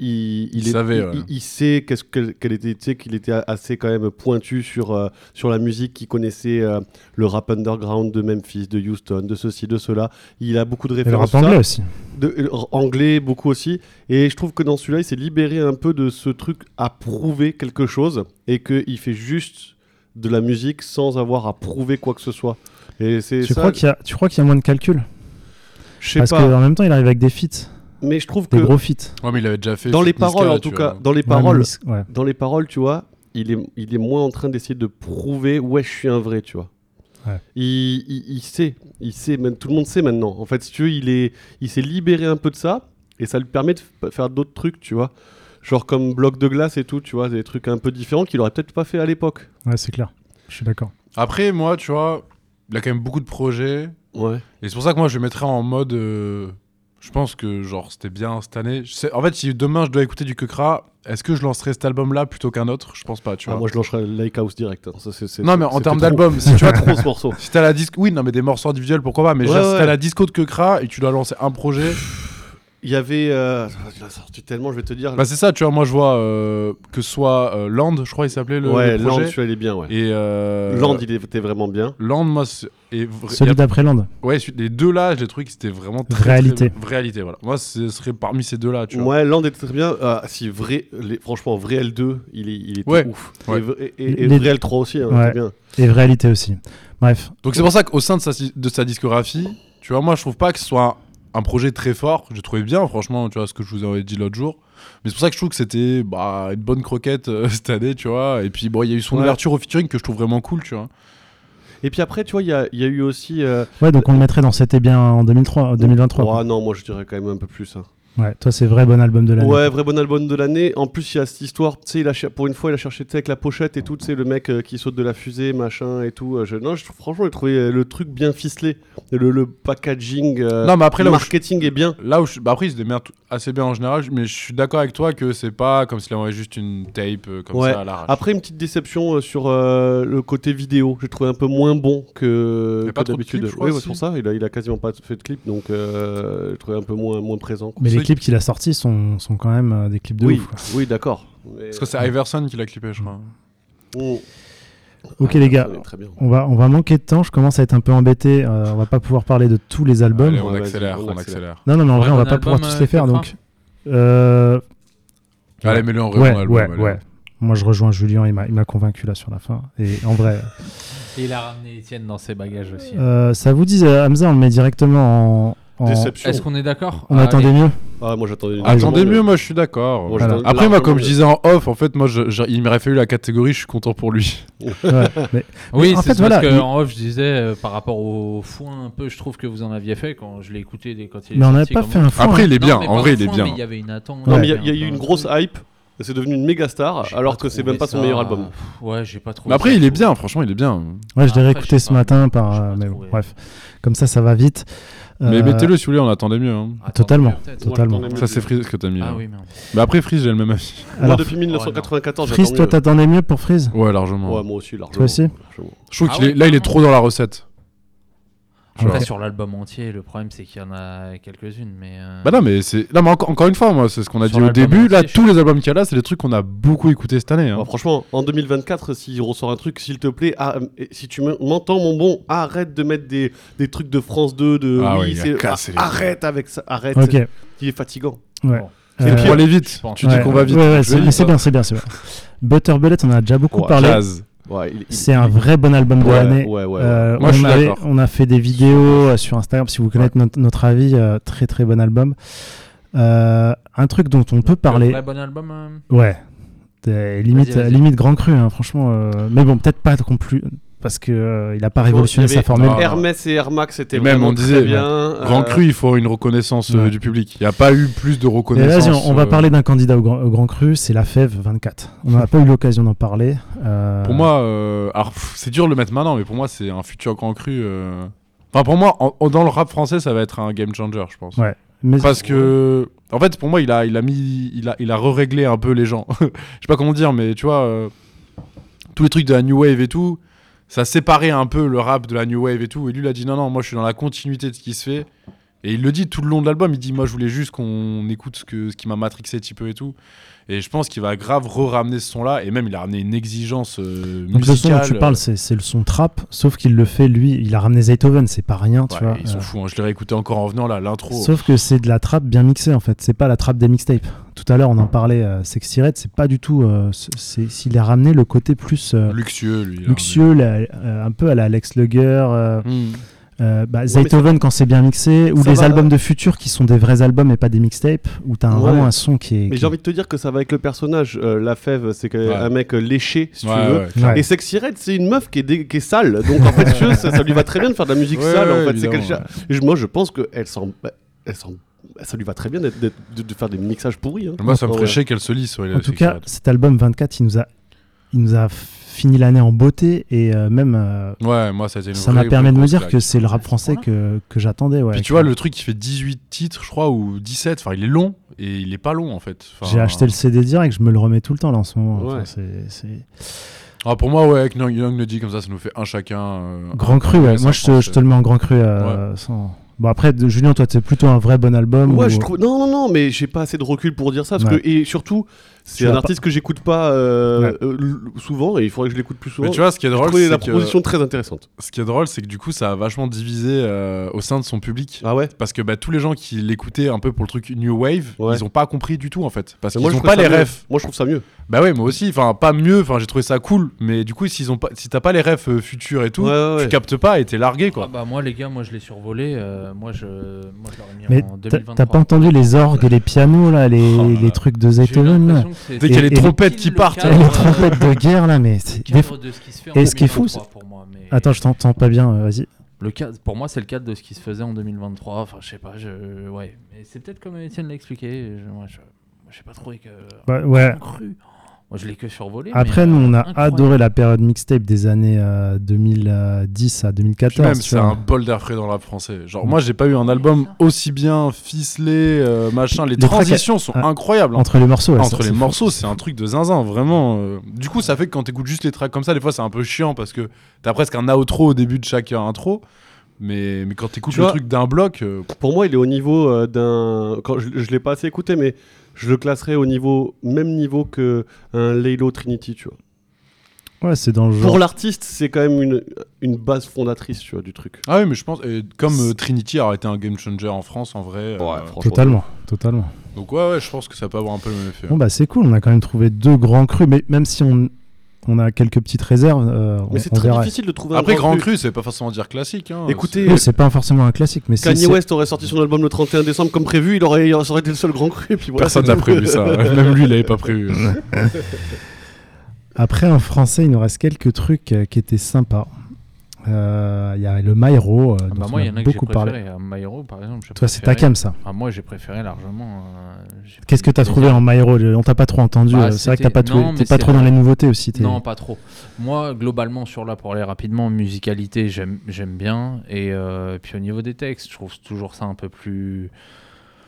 Speaker 2: Il,
Speaker 3: Il
Speaker 2: est-
Speaker 3: savait,
Speaker 2: il-
Speaker 3: ouais.
Speaker 2: il- il sait qu'est-ce que- qu'elle était, tu sais, qu'il était assez quand même pointu sur, euh, sur la musique, qu'il connaissait euh, le rap underground de Memphis, de Houston, de ceci, de cela. Il a beaucoup de
Speaker 1: Et le
Speaker 2: références.
Speaker 1: rap
Speaker 2: tout ça.
Speaker 1: anglais aussi.
Speaker 2: De- euh, anglais, beaucoup aussi. Et je trouve que dans celui-là, il s'est libéré un peu de ce truc à prouver quelque chose et qu'il fait juste de la musique sans avoir à prouver quoi que ce soit. Et c'est
Speaker 1: Tu
Speaker 2: ça,
Speaker 1: crois qu'il y, a- tu crois qu'il y a moins de calcul
Speaker 2: je sais
Speaker 1: Parce
Speaker 2: pas.
Speaker 1: qu'en même temps, il arrive avec des feats,
Speaker 2: Mais je trouve
Speaker 1: des
Speaker 2: que
Speaker 1: gros feats.
Speaker 3: Ouais, mais il avait déjà fait.
Speaker 2: dans les
Speaker 3: Fitness
Speaker 2: paroles,
Speaker 3: Ka,
Speaker 2: en
Speaker 3: tu
Speaker 2: tout
Speaker 3: vois.
Speaker 2: cas, dans les
Speaker 1: Ouais, mais
Speaker 2: paroles,
Speaker 1: c'est- ouais.
Speaker 2: dans les paroles, tu vois, il est, il est moins en train d'essayer de prouver ouais, je suis un vrai, tu vois.
Speaker 1: Ouais.
Speaker 2: Il, il- il sait, il sait, même tout le monde sait maintenant. En fait, si tu veux, il est, il s'est libéré un peu de ça et ça lui permet de f- faire d'autres trucs, tu vois. Genre comme bloc de glace et tout, tu vois, des trucs un peu différents qu'il aurait peut-être pas fait à l'époque.
Speaker 1: Ouais, c'est clair. Je suis d'accord.
Speaker 3: Après, moi, tu vois, il a quand même beaucoup de projets.
Speaker 2: Ouais.
Speaker 3: Et c'est pour ça que moi, je le mettrais en mode. euh, je pense que, genre, c'était bien cette année. Je sais- en fait, si demain je dois écouter du Kukra, est-ce que je lancerai cet album-là plutôt qu'un autre Je pense pas, tu
Speaker 2: Ah,
Speaker 3: vois.
Speaker 2: moi, je lancerai Lake House direct. hein. Ça, c'est- c'est-
Speaker 3: non, mais en
Speaker 2: c'était
Speaker 3: termes
Speaker 2: trop-
Speaker 3: d'album, si tu vois.
Speaker 2: trop ce morceau.
Speaker 3: Si t'as la disque, oui, non, mais des morceaux individuels, pourquoi pas. Mais
Speaker 2: Ouais,
Speaker 3: genre, si
Speaker 2: ouais.
Speaker 3: t'as la disco de Kukra et que tu dois lancer un projet,
Speaker 2: Il y avait, euh... il a sorti tellement, je vais te dire.
Speaker 3: bah c'est ça, tu vois. Moi, je vois euh, que ce soit euh, Land, je crois, il s'appelait le,
Speaker 2: ouais,
Speaker 3: le
Speaker 2: Land,
Speaker 3: projet.
Speaker 2: celui-là, il est bien. Ouais.
Speaker 3: et euh,
Speaker 2: Land, il était vraiment bien.
Speaker 3: Land, moi, c'est- et vra- y
Speaker 1: Celui
Speaker 3: a-
Speaker 1: d'après Land.
Speaker 3: ouais, celui- les deux là, je les trouvais que c'était vraiment très,
Speaker 1: Réalité.
Speaker 3: très- réalité, voilà. Moi, ce serait parmi ces deux là, tu vois.
Speaker 2: Ouais, Land est très bien. Ah, si vrai, les- franchement, vrai L2, il est, il était
Speaker 3: Ouais.
Speaker 2: ouf.
Speaker 3: Ouais.
Speaker 2: Et, v- et- et- et
Speaker 1: Les-
Speaker 2: vrai L3 aussi, hein,
Speaker 1: Ouais.
Speaker 2: c'est bien.
Speaker 1: Et réalité aussi. Bref.
Speaker 3: Donc c'est pour ça qu'au sein de sa, de sa discographie, tu vois, moi je trouve pas que ce soit un projet très fort. J'ai trouvé bien, franchement, tu vois, ce que je vous avais dit l'autre jour. Mais c'est pour ça que je trouve que c'était bah, une bonne croquette euh, cette année, tu vois. Et puis bon, il y a eu son
Speaker 2: Ouais.
Speaker 3: ouverture au featuring que je trouve vraiment cool, tu vois.
Speaker 2: Et puis après, tu vois, il y a, il y a eu aussi. euh,
Speaker 1: Ouais, donc on le mettrait dans C'était bien en 2003, en 2023.
Speaker 2: ouah, non, moi je dirais quand même un peu plus. hein.
Speaker 1: Ouais, toi, c'est vrai bon album de l'année.
Speaker 2: Ouais, vrai bon album de l'année. En plus, il y a cette histoire, tu sais, il a cher- pour une fois, il a cherché tu sais, avec la pochette et tout, tu sais, le mec euh, qui saute de la fusée, machin et tout. euh, je- Non, je, trouve- franchement, j'ai trouvé euh, le truc bien ficelé. Le, le packaging, euh,
Speaker 3: non, mais après
Speaker 2: le
Speaker 3: là où, je,
Speaker 2: marketing est bien.
Speaker 3: là où je- bah, après ils se démerdent assez bien en général, mais je suis d'accord avec toi que c'est pas comme s'il avait juste une tape euh, comme
Speaker 2: Ouais.
Speaker 3: ça à l'arrache.
Speaker 2: Après, une petite déception euh, sur euh, le côté vidéo. J'ai trouvé un peu moins bon que,
Speaker 3: Il y a
Speaker 2: que
Speaker 3: pas trop de
Speaker 2: d'habitude.
Speaker 3: clips, je crois,
Speaker 2: Oui, ouais,
Speaker 3: aussi.
Speaker 2: c'est pour ça. Il a, il a quasiment pas fait de clip, donc euh, j'ai trouvé un peu moins, moins présent. quoi.
Speaker 1: Mais les
Speaker 3: ceux-
Speaker 1: clips qu'il a sortis sont, sont quand même euh, des clips de
Speaker 2: oui,
Speaker 1: ouf. quoi.
Speaker 2: oui, d'accord. Mais-
Speaker 3: Parce que c'est Iverson qui l'a clippé, je crois.
Speaker 2: Mm.
Speaker 1: Ok,
Speaker 2: Ah,
Speaker 1: les gars,
Speaker 2: ça va être très bien.
Speaker 1: on va, on va manquer de temps. Je commence à être un peu embêté. euh, on va pas pouvoir parler de tous les albums.
Speaker 3: Allez, on
Speaker 2: Ouais,
Speaker 3: accélère,
Speaker 2: vas-y, on
Speaker 3: on accélère.
Speaker 1: Non, non, mais en vrai,
Speaker 4: Ouais,
Speaker 1: on va
Speaker 4: bon
Speaker 1: pas pouvoir
Speaker 4: album,
Speaker 1: tous
Speaker 4: euh,
Speaker 1: les faire.
Speaker 4: Kefra.
Speaker 1: Donc, euh, Ouais.
Speaker 3: Allez, mets-le en vrai
Speaker 1: ouais,
Speaker 3: dans l'album,
Speaker 1: ouais,
Speaker 3: allez.
Speaker 1: ouais. Moi, je rejoins Julien. Il m'a il m'a convaincu là sur la fin. Et en vrai,
Speaker 4: Et il a ramené Étienne dans ses bagages aussi. hein.
Speaker 1: euh, ça vous dit, euh, Hamza, on le met directement en. en-
Speaker 2: Déception.
Speaker 4: Est-ce qu'on est d'accord
Speaker 1: On
Speaker 4: Ah,
Speaker 1: attendait mieux.
Speaker 2: Ah, moi j'attendais. une
Speaker 3: Attendez
Speaker 2: demande,
Speaker 3: mieux,
Speaker 2: euh,
Speaker 3: moi je suis d'accord.
Speaker 2: Moi,
Speaker 1: je
Speaker 3: Voilà.
Speaker 2: donne
Speaker 3: Après, moi,
Speaker 2: largement
Speaker 3: comme
Speaker 2: le-
Speaker 3: je disais en off, en fait, moi, je- je- il m'aurait fallu la catégorie, je suis content pour lui.
Speaker 1: Ouais, mais-
Speaker 4: Oui,
Speaker 1: en fait,
Speaker 4: c'est parce
Speaker 1: voilà,
Speaker 4: que
Speaker 1: il-
Speaker 4: en off, je disais euh, par rapport au foin un peu, je trouve que vous en aviez fait quand je l'ai écouté dès- quand il est
Speaker 1: Mais on n'avait
Speaker 4: sorti,
Speaker 1: pas
Speaker 4: comme-
Speaker 1: fait un fond.
Speaker 3: Après, il est
Speaker 4: Non,
Speaker 3: bien,
Speaker 4: mais
Speaker 3: en
Speaker 4: pas
Speaker 3: vrai,
Speaker 4: un
Speaker 3: il est
Speaker 4: foin,
Speaker 3: bien.
Speaker 4: mais Il y avait une attente.
Speaker 2: Non,
Speaker 1: Ouais.
Speaker 2: mais il y a-
Speaker 4: avait
Speaker 2: il y, a
Speaker 4: un-
Speaker 2: eu une grosse hype. et C'est devenu une méga star,
Speaker 4: J'ai
Speaker 2: alors
Speaker 4: pas
Speaker 2: que c'est
Speaker 4: trouvé
Speaker 2: même pas son
Speaker 4: ça-
Speaker 2: meilleur album.
Speaker 4: Pff, Ouais, j'ai pas trouvé.
Speaker 3: Mais après,
Speaker 4: ça
Speaker 3: il est
Speaker 4: cool.
Speaker 3: bien, franchement, il est bien.
Speaker 1: hein. Ouais, je l'ai
Speaker 4: Après,
Speaker 1: réécouté
Speaker 4: je sais
Speaker 1: ce
Speaker 4: pas,
Speaker 1: matin
Speaker 4: mais
Speaker 1: par.
Speaker 4: j'ai pas
Speaker 1: euh, mais bon,
Speaker 4: trouvé.
Speaker 1: bref, comme ça, ça va vite.
Speaker 3: Mais
Speaker 1: Euh,
Speaker 3: mettez-le, si vous voulez, on attendait mieux. hein.
Speaker 4: Attends,
Speaker 1: Ah, Totalement.
Speaker 4: peut-être.
Speaker 2: Moi,
Speaker 1: Totalement.
Speaker 2: j'attendais mieux
Speaker 3: Ça, c'est
Speaker 2: de-
Speaker 3: Freeze que t'as mis.
Speaker 4: Ah
Speaker 3: là.
Speaker 4: oui, merde.
Speaker 3: Mais après, Freeze, j'ai le même avis.
Speaker 2: Moi,
Speaker 1: Alors,
Speaker 2: depuis 1994,
Speaker 1: Freeze, toi,
Speaker 2: j'attends mieux.
Speaker 1: t'attendais mieux pour Freeze
Speaker 3: Ouais,
Speaker 2: Ouais,
Speaker 3: largement.
Speaker 2: moi aussi, largement.
Speaker 1: Toi aussi
Speaker 2: largement.
Speaker 3: Je trouve
Speaker 4: Ah
Speaker 3: qu'il
Speaker 4: ouais,
Speaker 3: est là, il est
Speaker 4: clairement.
Speaker 3: trop dans la recette. Genre.
Speaker 4: Après, sur l'album entier, le problème, c'est qu'il y en a quelques-unes, mais. euh,
Speaker 3: Bah non, mais c'est. Non, mais encore, encore une fois, moi, c'est ce qu'on a dit
Speaker 4: Sur
Speaker 3: au
Speaker 4: l'album hein,
Speaker 3: début. Là,
Speaker 4: entier, je
Speaker 3: tous les albums qu'il y a là, c'est des trucs qu'on a beaucoup écoutés cette année. hein.
Speaker 2: Bah, franchement, en 2024, s'il ressort un truc, s'il te plaît, ah, euh, et si tu me- m'entends, mon bon, arrête de mettre des, des trucs de France 2, de
Speaker 3: Ah ouais,
Speaker 2: oui,
Speaker 3: il a
Speaker 2: c'est-
Speaker 3: cassé
Speaker 2: ah,
Speaker 3: les-
Speaker 2: arrête avec ça, arrête.
Speaker 1: Ok.
Speaker 2: Il est fatigant.
Speaker 1: Ouais.
Speaker 4: Bon.
Speaker 3: Et puis,
Speaker 1: Euh,
Speaker 3: on aller vite.
Speaker 4: je pense.
Speaker 3: Tu dis
Speaker 1: ouais,
Speaker 3: qu'on va vite.
Speaker 1: ouais, ouais,
Speaker 3: Je
Speaker 1: c'est-
Speaker 3: vais
Speaker 1: mais
Speaker 3: vite. hein.
Speaker 1: c'est bien, c'est bien, c'est bien. Butter Bullet, on en a déjà beaucoup
Speaker 2: Ouais,
Speaker 1: parlé.
Speaker 3: Jazz.
Speaker 2: Ouais, il- il-
Speaker 1: C'est un vrai bon album de
Speaker 2: Ouais,
Speaker 1: l'année.
Speaker 2: ouais, ouais,
Speaker 1: Euh,
Speaker 3: Moi,
Speaker 1: on,
Speaker 3: je suis
Speaker 1: avait-
Speaker 3: d'accord.
Speaker 1: on a fait des vidéos euh, sur Instagram, si vous connaissez notre, notre avis, euh, très très bon album. Euh, un truc dont on peut
Speaker 4: Le
Speaker 1: parler,
Speaker 4: vrai bon album. euh,
Speaker 1: ouais, T'es- limite,
Speaker 4: Vas-y, vas-y.
Speaker 1: limite grand cru, hein, franchement. euh, mais bon, peut-être pas non plus, parce que euh, il a pas révolutionné
Speaker 2: il y avait-
Speaker 1: sa formule.
Speaker 3: Non,
Speaker 2: Hermès et Air Max, c'était
Speaker 3: Et même,
Speaker 2: vraiment
Speaker 3: on disait,
Speaker 2: très bien.
Speaker 3: Grand
Speaker 2: euh,
Speaker 3: cru, il faut une reconnaissance euh,
Speaker 1: ouais.
Speaker 3: du public. Il n'y a pas eu plus de
Speaker 1: Mais
Speaker 3: reconnaissance.
Speaker 1: vas-y, on, on va
Speaker 3: euh,
Speaker 1: parler d'un candidat au grand, au Grand cru, c'est la Fève 24. On n'a pas eu l'occasion d'en parler. euh,
Speaker 3: Pour moi, euh, alors, pff, c'est dur de le mettre maintenant, mais pour moi, c'est un futur grand cru. euh. Enfin, pour moi, en- en- dans le rap français, ça va être un game changer, je pense.
Speaker 1: Ouais. mais-
Speaker 3: Parce que, en fait, pour moi, il a, il a mis, il a, il a réglé un peu les gens. je sais pas comment dire, mais tu vois, euh, tous les trucs de la new wave et tout, ça séparait un peu le rap de la new wave et tout. Et lui, il a dit non, non, moi, je suis dans la continuité de ce qui se fait. Et il le dit tout le long de l'album. Il dit, moi, je voulais juste qu'on écoute ce, que, ce qui m'a matrixé un petit peu et tout. Et je pense qu'il va grave re-ramener ce son-là. Et même, il a ramené une exigence euh,
Speaker 1: Donc le son dont
Speaker 3: musicale.
Speaker 1: tu parles, c'est c'est le son trap, sauf qu'il le fait lui, il a ramené Zaytoven, c'est pas rien, tu
Speaker 3: Ouais,
Speaker 1: vois.
Speaker 3: Ils sont
Speaker 1: euh,
Speaker 3: fous. hein. Je l'ai réécouté encore en venant là, l'intro.
Speaker 1: Sauf que c'est de la trappe bien mixée en fait, c'est pas la trappe des mixtapes. Tout à l'heure on en parlait, euh, Sexy Red, c'est pas du tout. euh, c'est- c'est- S'il a ramené le côté plus euh,
Speaker 3: Luxueux, lui. hein, là.
Speaker 1: luxueux, la- euh, un peu à la Alex Luger, euh,
Speaker 3: Hmm.
Speaker 1: euh, bah,
Speaker 2: Mm. mais ça-
Speaker 1: Zaytoven quand c'est bien mixé, ou
Speaker 2: Ça
Speaker 1: les
Speaker 2: va-
Speaker 1: albums de Futur qui sont des vrais albums et pas des mixtapes, où t'as un-
Speaker 2: Ouais.
Speaker 1: vraiment un son qui est.
Speaker 2: Mais
Speaker 1: qui-
Speaker 2: j'ai envie de te dire que ça va avec le personnage. Euh, la fève, c'est que-
Speaker 3: Ouais.
Speaker 2: un mec euh, léché, si tu
Speaker 3: Ouais,
Speaker 2: veux.
Speaker 3: ouais.
Speaker 1: Ouais.
Speaker 2: Et Sexy Red, c'est une meuf qui est, dé- qui est sale. Donc en fait, tu vois, ça, ça lui va très bien de faire de la musique
Speaker 3: Ouais,
Speaker 2: sale.
Speaker 3: ouais,
Speaker 2: en fait, c'est
Speaker 3: évidemment,
Speaker 2: quelque chose- Et je- Moi, je pense que elle s'en- elle s'en- ça lui va très bien d'être- d'être- de, de faire des mixages pourris. hein.
Speaker 3: Moi, ça me ferait
Speaker 2: Ouais.
Speaker 3: chier qu'elle se lisse. ouais,
Speaker 1: En tout
Speaker 3: c'est
Speaker 1: cas,
Speaker 3: clair.
Speaker 1: cet album 24, il nous a, il nous a fini l'année en beauté et euh, même. euh,
Speaker 3: ouais, moi, ça a été une
Speaker 1: ça
Speaker 3: vraie
Speaker 1: m'a permis de me
Speaker 3: grosse
Speaker 1: dire
Speaker 3: claque.
Speaker 1: que c'est le rap français que, que j'attendais. Ouais,
Speaker 3: Puis tu vois, le truc qui fait 18 titres, je crois, ou 17, enfin, il est long et il est pas long en fait. Enfin,
Speaker 1: J'ai acheté le CD direct, je me le remets tout le temps là en ce moment.
Speaker 2: Ouais.
Speaker 1: Enfin, c'est- c'est-
Speaker 3: Ah, pour moi, ouais, avec Young Young Nuddy, comme ça, ça nous fait un chacun. euh,
Speaker 1: Grand cru, ouais.
Speaker 3: ça,
Speaker 1: Moi, je te,
Speaker 3: pense,
Speaker 1: je te le mets en grand cru. euh, sans- Bon, après, de- Julien, toi, t'es plutôt un vrai bon album.
Speaker 2: Ouais,
Speaker 1: ou-
Speaker 2: je trouve. Non, non, non, mais j'ai pas assez de recul pour dire ça. Parce
Speaker 1: Ouais.
Speaker 2: que... Et surtout, c'est
Speaker 1: Tu
Speaker 2: un
Speaker 1: l'as
Speaker 2: artiste que j'écoute pas euh, euh, l- souvent et il faudrait que je l'écoute plus souvent.
Speaker 3: Mais tu vois, ce qui est
Speaker 2: je
Speaker 3: drôle,
Speaker 2: trouvais la
Speaker 3: c'est que,
Speaker 2: proposition très intéressante.
Speaker 3: ce qui est drôle, c'est que du coup, ça a vachement divisé euh, au sein de son public.
Speaker 2: Ah ouais
Speaker 3: Parce que bah, tous les gens qui l'écoutaient un peu pour le truc New Wave,
Speaker 2: Ouais.
Speaker 3: ils ont pas compris du tout en fait. Parce
Speaker 2: Mais
Speaker 3: qu'ils
Speaker 2: moi, je
Speaker 3: ont
Speaker 2: trouve
Speaker 3: pas
Speaker 2: ça
Speaker 3: les
Speaker 2: mieux.
Speaker 3: refs.
Speaker 2: Moi, je trouve ça mieux.
Speaker 3: Bah ouais, moi aussi. Enfin, pas mieux. Enfin, j'ai trouvé ça cool. Mais du coup, s'ils ont pas, si t'as pas les refs euh, futurs et tout,
Speaker 2: Ouais, ouais, ouais.
Speaker 3: tu captes pas et t'es largué quoi.
Speaker 4: Ah bah moi les gars, moi je l'ai survolé, euh, moi je, moi je l'aurais mis
Speaker 1: Mais
Speaker 4: en
Speaker 1: t'as-
Speaker 4: 2023.
Speaker 1: t'as pas entendu les orgues et les pianos, là, les,
Speaker 3: Oh là
Speaker 1: les
Speaker 3: là.
Speaker 1: trucs de
Speaker 4: J'ai eu
Speaker 1: Zaytoven, là.
Speaker 4: l'impression que c'est-
Speaker 3: Dès qu'il y a
Speaker 1: Et-
Speaker 3: les
Speaker 1: et-
Speaker 3: trompettes qui
Speaker 4: Ah, le
Speaker 3: partent.
Speaker 4: cadre,
Speaker 1: Et les
Speaker 4: euh,
Speaker 1: trompettes de guerre, là, mais. c'est-
Speaker 4: le
Speaker 1: des-
Speaker 4: cadre de ce qui se fait en
Speaker 1: Et ce qui est fou,
Speaker 4: 2023 pour moi. mais-
Speaker 1: Attends, je t'entends pas bien, euh, vas-y.
Speaker 4: Le cadre, pour moi, c'est le cadre de ce qui se faisait en 2023. Enfin, je sais pas, je. Ouais. Mais c'est peut-être comme Étienne l'a expliqué. Je, moi, je, moi, j'ai pas trouvé que.
Speaker 1: Bah, ouais.
Speaker 4: Cru. Moi, je l'ai que survolé.
Speaker 1: Après,
Speaker 4: mais,
Speaker 1: nous,
Speaker 4: euh,
Speaker 1: on a
Speaker 4: incroyable.
Speaker 1: adoré la période mixtape des années euh, 2010 à
Speaker 3: Puis
Speaker 1: 2014.
Speaker 3: même,
Speaker 1: tu
Speaker 3: c'est
Speaker 1: vois.
Speaker 3: un bol d'air frais dans le rap français. Genre, moi, j'ai pas eu un album aussi bien ficelé, euh, machin. Les,
Speaker 1: Les tracks,
Speaker 3: transitions sont
Speaker 1: ah,
Speaker 3: incroyables. hein. Entre,
Speaker 1: Entre les morceaux, ouais, ça,
Speaker 3: les
Speaker 1: c'est fou.
Speaker 3: morceaux, c'est un truc de zinzin, vraiment. euh. Du coup, ça fait que quand t'écoutes juste les tracks comme ça, des fois, c'est un peu chiant parce que t'as presque un outro au début de chaque intro. Mais, mais quand t'écoutes
Speaker 2: Tu
Speaker 3: le
Speaker 2: vois-
Speaker 3: truc d'un bloc, euh,
Speaker 2: Pour moi, il est au niveau euh, d'un. Quand je, je l'ai pas assez écouté, mais je le classerais au niveau même niveau que un Laylo Trinity, tu vois.
Speaker 1: Ouais, c'est dans le genre.
Speaker 2: Pour l'artiste, c'est quand même une, une base fondatrice, tu vois, du truc.
Speaker 3: ah oui, mais je pense, et comme euh, Trinity aurait été un game changer en France, en vrai. euh,
Speaker 1: Totalement, totalement.
Speaker 3: donc ouais, ouais, je pense que ça peut avoir un peu le même effet.
Speaker 1: Bon bah c'est cool, on a quand même trouvé deux grands crus, mais même si on on a quelques petites réserves. euh, on,
Speaker 2: Mais c'est
Speaker 1: on
Speaker 2: très
Speaker 1: verra.
Speaker 2: difficile de trouver un
Speaker 3: Après,
Speaker 2: grand
Speaker 3: Grand
Speaker 2: cru.
Speaker 3: Cru, c'est pas forcément dire classique. hein.
Speaker 2: Écoutez,
Speaker 1: Oui, c'est pas forcément un classique, mais c'est.
Speaker 2: Kanye
Speaker 1: c'est-
Speaker 2: West aurait sorti son album le 31 décembre comme prévu, il aurait, ça aurait été le seul grand cru. et Puis voilà,
Speaker 3: Personne
Speaker 2: c'est
Speaker 3: n'a
Speaker 2: tout.
Speaker 3: prévu ça. Même lui, il l'avait pas prévu.
Speaker 1: Après, en français, il nous reste quelques trucs euh, qui étaient sympas. Euh, Il y a le Mairo, euh,
Speaker 4: Ah
Speaker 1: dont
Speaker 4: bah
Speaker 1: on
Speaker 4: moi, il y
Speaker 1: a
Speaker 4: en a que j'ai
Speaker 1: beaucoup parlé.
Speaker 4: préféré. À Maïro, par exemple. j'ai
Speaker 1: Toi, c'est ta
Speaker 4: préféré-
Speaker 1: cam, ça.
Speaker 4: Ah, moi, j'ai préféré largement. euh, j'ai-
Speaker 1: Qu'est-ce que t'as trouvé en Mairo On t'a pas trop entendu.
Speaker 4: Bah,
Speaker 1: euh, c'est vrai que t'as
Speaker 4: c'était-
Speaker 1: pas, tout- t'es
Speaker 4: non, mais
Speaker 1: pas
Speaker 4: c'est
Speaker 1: trop dans les nouveautés aussi. t'es-
Speaker 4: Non, pas trop. Moi, globalement, sur là, pour aller rapidement, musicalité, j'aime j'aime bien. Et euh, puis au niveau des textes, je trouve toujours ça un peu plus.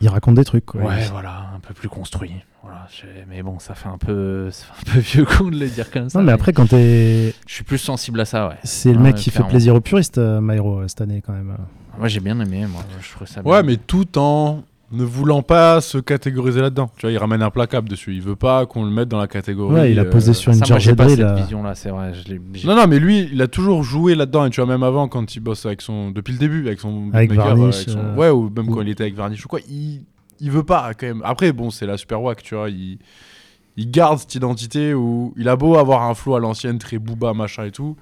Speaker 1: Il raconte des trucs. Quoi.
Speaker 4: Ouais, voilà, un peu plus construit. Voilà, j'ai- mais bon, ça fait un peu, ça fait un peu vieux con de le dire comme ça.
Speaker 1: Non, mais après, quand t'es.
Speaker 4: je suis plus sensible à ça, ouais.
Speaker 1: C'est le
Speaker 4: Ouais,
Speaker 1: mec qui fait
Speaker 4: clairement.
Speaker 1: plaisir aux puristes, euh, Mairo, euh, cette année, quand même.
Speaker 4: Moi, j'ai bien aimé. Moi, je trouve ça.
Speaker 3: Ouais,
Speaker 4: bien.
Speaker 3: mais tout en ne voulant pas se catégoriser là-dedans. Tu vois, il ramène un placable dessus. Il veut pas qu'on le mette dans la catégorie.
Speaker 1: ouais, il a
Speaker 3: euh,
Speaker 1: posé sur une
Speaker 4: ça, moi,
Speaker 1: George
Speaker 4: j'ai pas
Speaker 1: Edry,
Speaker 4: cette
Speaker 1: là.
Speaker 4: vision-là, c'est vrai. Je l'ai- j'ai-
Speaker 3: Non, non, mais lui, il a toujours joué là-dedans. Et tu vois, même avant, quand il bosse avec son. Depuis le début, avec son.
Speaker 1: Avec
Speaker 3: beatmaker,
Speaker 1: Varnish,
Speaker 3: avec son-
Speaker 1: euh,
Speaker 3: Ouais, ou même
Speaker 1: ou-
Speaker 3: quand il était avec Varnish ou quoi, il, il veut pas quand même. Après, bon, c'est la super wack, tu vois. Il... il garde cette identité où il a beau avoir un flow à l'ancienne, très booba, machin et tout.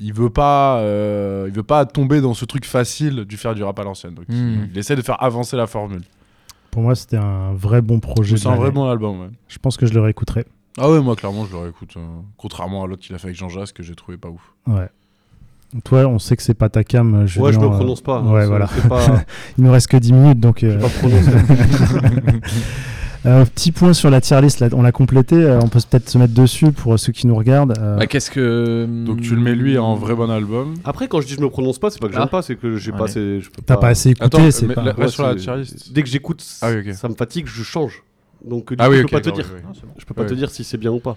Speaker 3: Il veut pas, euh, il veut pas tomber dans ce truc facile du faire du rap à l'ancienne. Donc,
Speaker 4: Hmm.
Speaker 3: il essaie de faire avancer la formule.
Speaker 1: Pour moi, c'était un vrai bon projet.
Speaker 3: C'est
Speaker 1: de
Speaker 3: un
Speaker 1: l'année.
Speaker 3: vrai bon album, ouais.
Speaker 1: Je pense que je le réécouterai.
Speaker 3: Ah ouais, moi clairement, je le réécoute. euh, contrairement à l'autre qu'il a fait avec Jean Jass que j'ai trouvé pas ouf.
Speaker 1: Ouais. Toi, on sait que c'est pas ta cam, euh, Julien.
Speaker 2: Ouais, je me
Speaker 1: euh,
Speaker 2: prononce pas. hein,
Speaker 1: ouais,
Speaker 2: C'est-
Speaker 1: voilà.
Speaker 2: c'est pas-
Speaker 1: Il nous reste que 10 minutes, donc. euh,
Speaker 2: j'ai pas prononcé.
Speaker 1: euh, petit point sur la tier list, là, on l'a complété. euh, on peut peut-être se mettre dessus pour euh, ceux qui nous regardent. euh,
Speaker 4: Bah, qu'est-ce que.
Speaker 1: Hmm.
Speaker 3: Donc tu le mets lui en vrai bon album.
Speaker 2: Après, quand je dis je me prononce pas, c'est pas que j'aime
Speaker 4: Ah.
Speaker 2: pas, c'est que j'ai pas
Speaker 4: Allez.
Speaker 2: assez. je peux
Speaker 1: T'as pas assez écouté,
Speaker 3: Attends,
Speaker 1: c'est
Speaker 3: mais
Speaker 1: pas.
Speaker 3: la-
Speaker 2: Ouais,
Speaker 3: reste sur la
Speaker 2: c'est-
Speaker 3: tier list.
Speaker 2: Dès que j'écoute,
Speaker 3: Ah oui, ok.
Speaker 2: ça me fatigue, je change. Donc, du
Speaker 3: Ah
Speaker 2: coup,
Speaker 3: oui,
Speaker 2: je
Speaker 3: ok,
Speaker 2: peux pas te
Speaker 3: d'accord,
Speaker 2: dire.
Speaker 3: oui, oui.
Speaker 2: Je peux pas
Speaker 3: Ouais.
Speaker 2: te dire si c'est bien ou pas.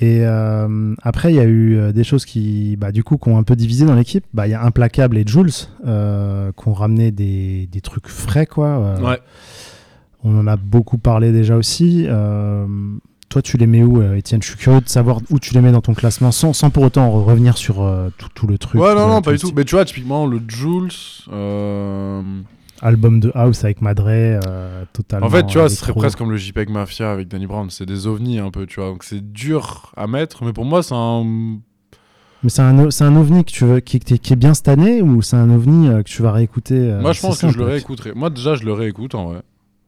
Speaker 1: Et euh, après, il y a eu euh, des choses qui, bah, du coup, qui ont un peu divisé dans l'équipe. Bah, Il y a Implacable et Jules euh, qui ont ramené des, des trucs frais, quoi. Euh,
Speaker 3: Ouais.
Speaker 1: On en a beaucoup parlé déjà aussi. Euh, toi, tu les mets où, euh, Étienne Je suis curieux de savoir où tu les mets dans ton classement, sans, sans pour autant re- revenir sur euh, tout, tout le truc.
Speaker 3: Ouais,
Speaker 1: euh,
Speaker 3: non, non, pas
Speaker 1: le
Speaker 3: du tout.
Speaker 1: style.
Speaker 3: Mais tu vois, typiquement, le Jules. euh,
Speaker 1: Album de House avec Madre, euh, totalement.
Speaker 3: En fait, tu vois, ce
Speaker 1: électro.
Speaker 3: serait presque comme le JPEG Mafia avec Danny Brown. C'est des ovnis un peu, tu vois. Donc c'est dur à mettre. Mais pour moi, c'est un.
Speaker 1: Mais c'est un, o- c'est un ovni que tu veux, qui, qui- qui est bien cette année ou c'est un ovni euh, que tu vas réécouter euh,
Speaker 3: moi, je
Speaker 1: c'est
Speaker 3: pense
Speaker 1: ça,
Speaker 3: que
Speaker 1: en
Speaker 3: je le
Speaker 1: fait.
Speaker 3: réécouterai. Moi, déjà, je le réécoute en vrai.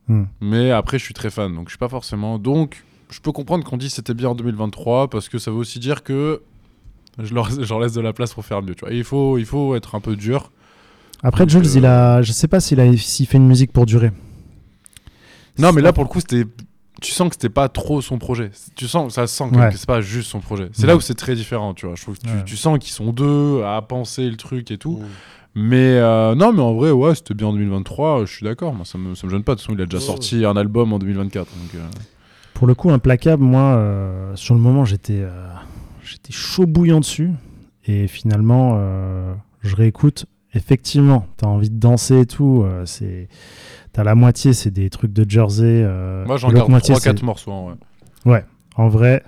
Speaker 1: Hmm.
Speaker 3: Mais après, je suis très fan. Donc je suis pas forcément. Donc je peux comprendre qu'on dise que c'était bien en 2023 parce que ça veut aussi dire que. Je leur, je leur laisse de la place pour faire mieux, tu vois. Et il faut, il faut être un peu dur.
Speaker 1: Après,
Speaker 3: Donc,
Speaker 1: Jules,
Speaker 3: euh,
Speaker 1: il a, je sais pas s'il a s'il fait une musique pour durer.
Speaker 3: Non, mais là, pour le coup, c'était. Tu sens que c'était pas trop son projet. Tu sens, ça sent que,
Speaker 1: Ouais.
Speaker 3: que c'est pas juste son projet. C'est
Speaker 1: Ouais.
Speaker 3: là où c'est très différent, tu vois. Je trouve que tu,
Speaker 1: Ouais.
Speaker 3: tu sens qu'ils sont deux à penser le truc et tout. Mais euh, non, mais en vrai, ouais, c'était bien en 2023. euh, Je suis d'accord. Moi, ça me, ça me gêne pas. De toute façon, il a déjà
Speaker 2: Ouais.
Speaker 3: sorti un album en 2024. Donc, euh,
Speaker 1: Pour le coup, implacable. Moi, euh, sur le moment, j'étais euh, j'étais chaud bouillant dessus, et finalement, euh, je réécoute. Effectivement, t'as envie de danser et tout. euh, c'est t'as la moitié, c'est des trucs de Jersey. euh,
Speaker 3: moi, j'en
Speaker 1: l'autre
Speaker 3: garde
Speaker 1: moitié,
Speaker 3: 3-4
Speaker 1: c'est-
Speaker 3: morceaux. hein, ouais.
Speaker 1: En vrai,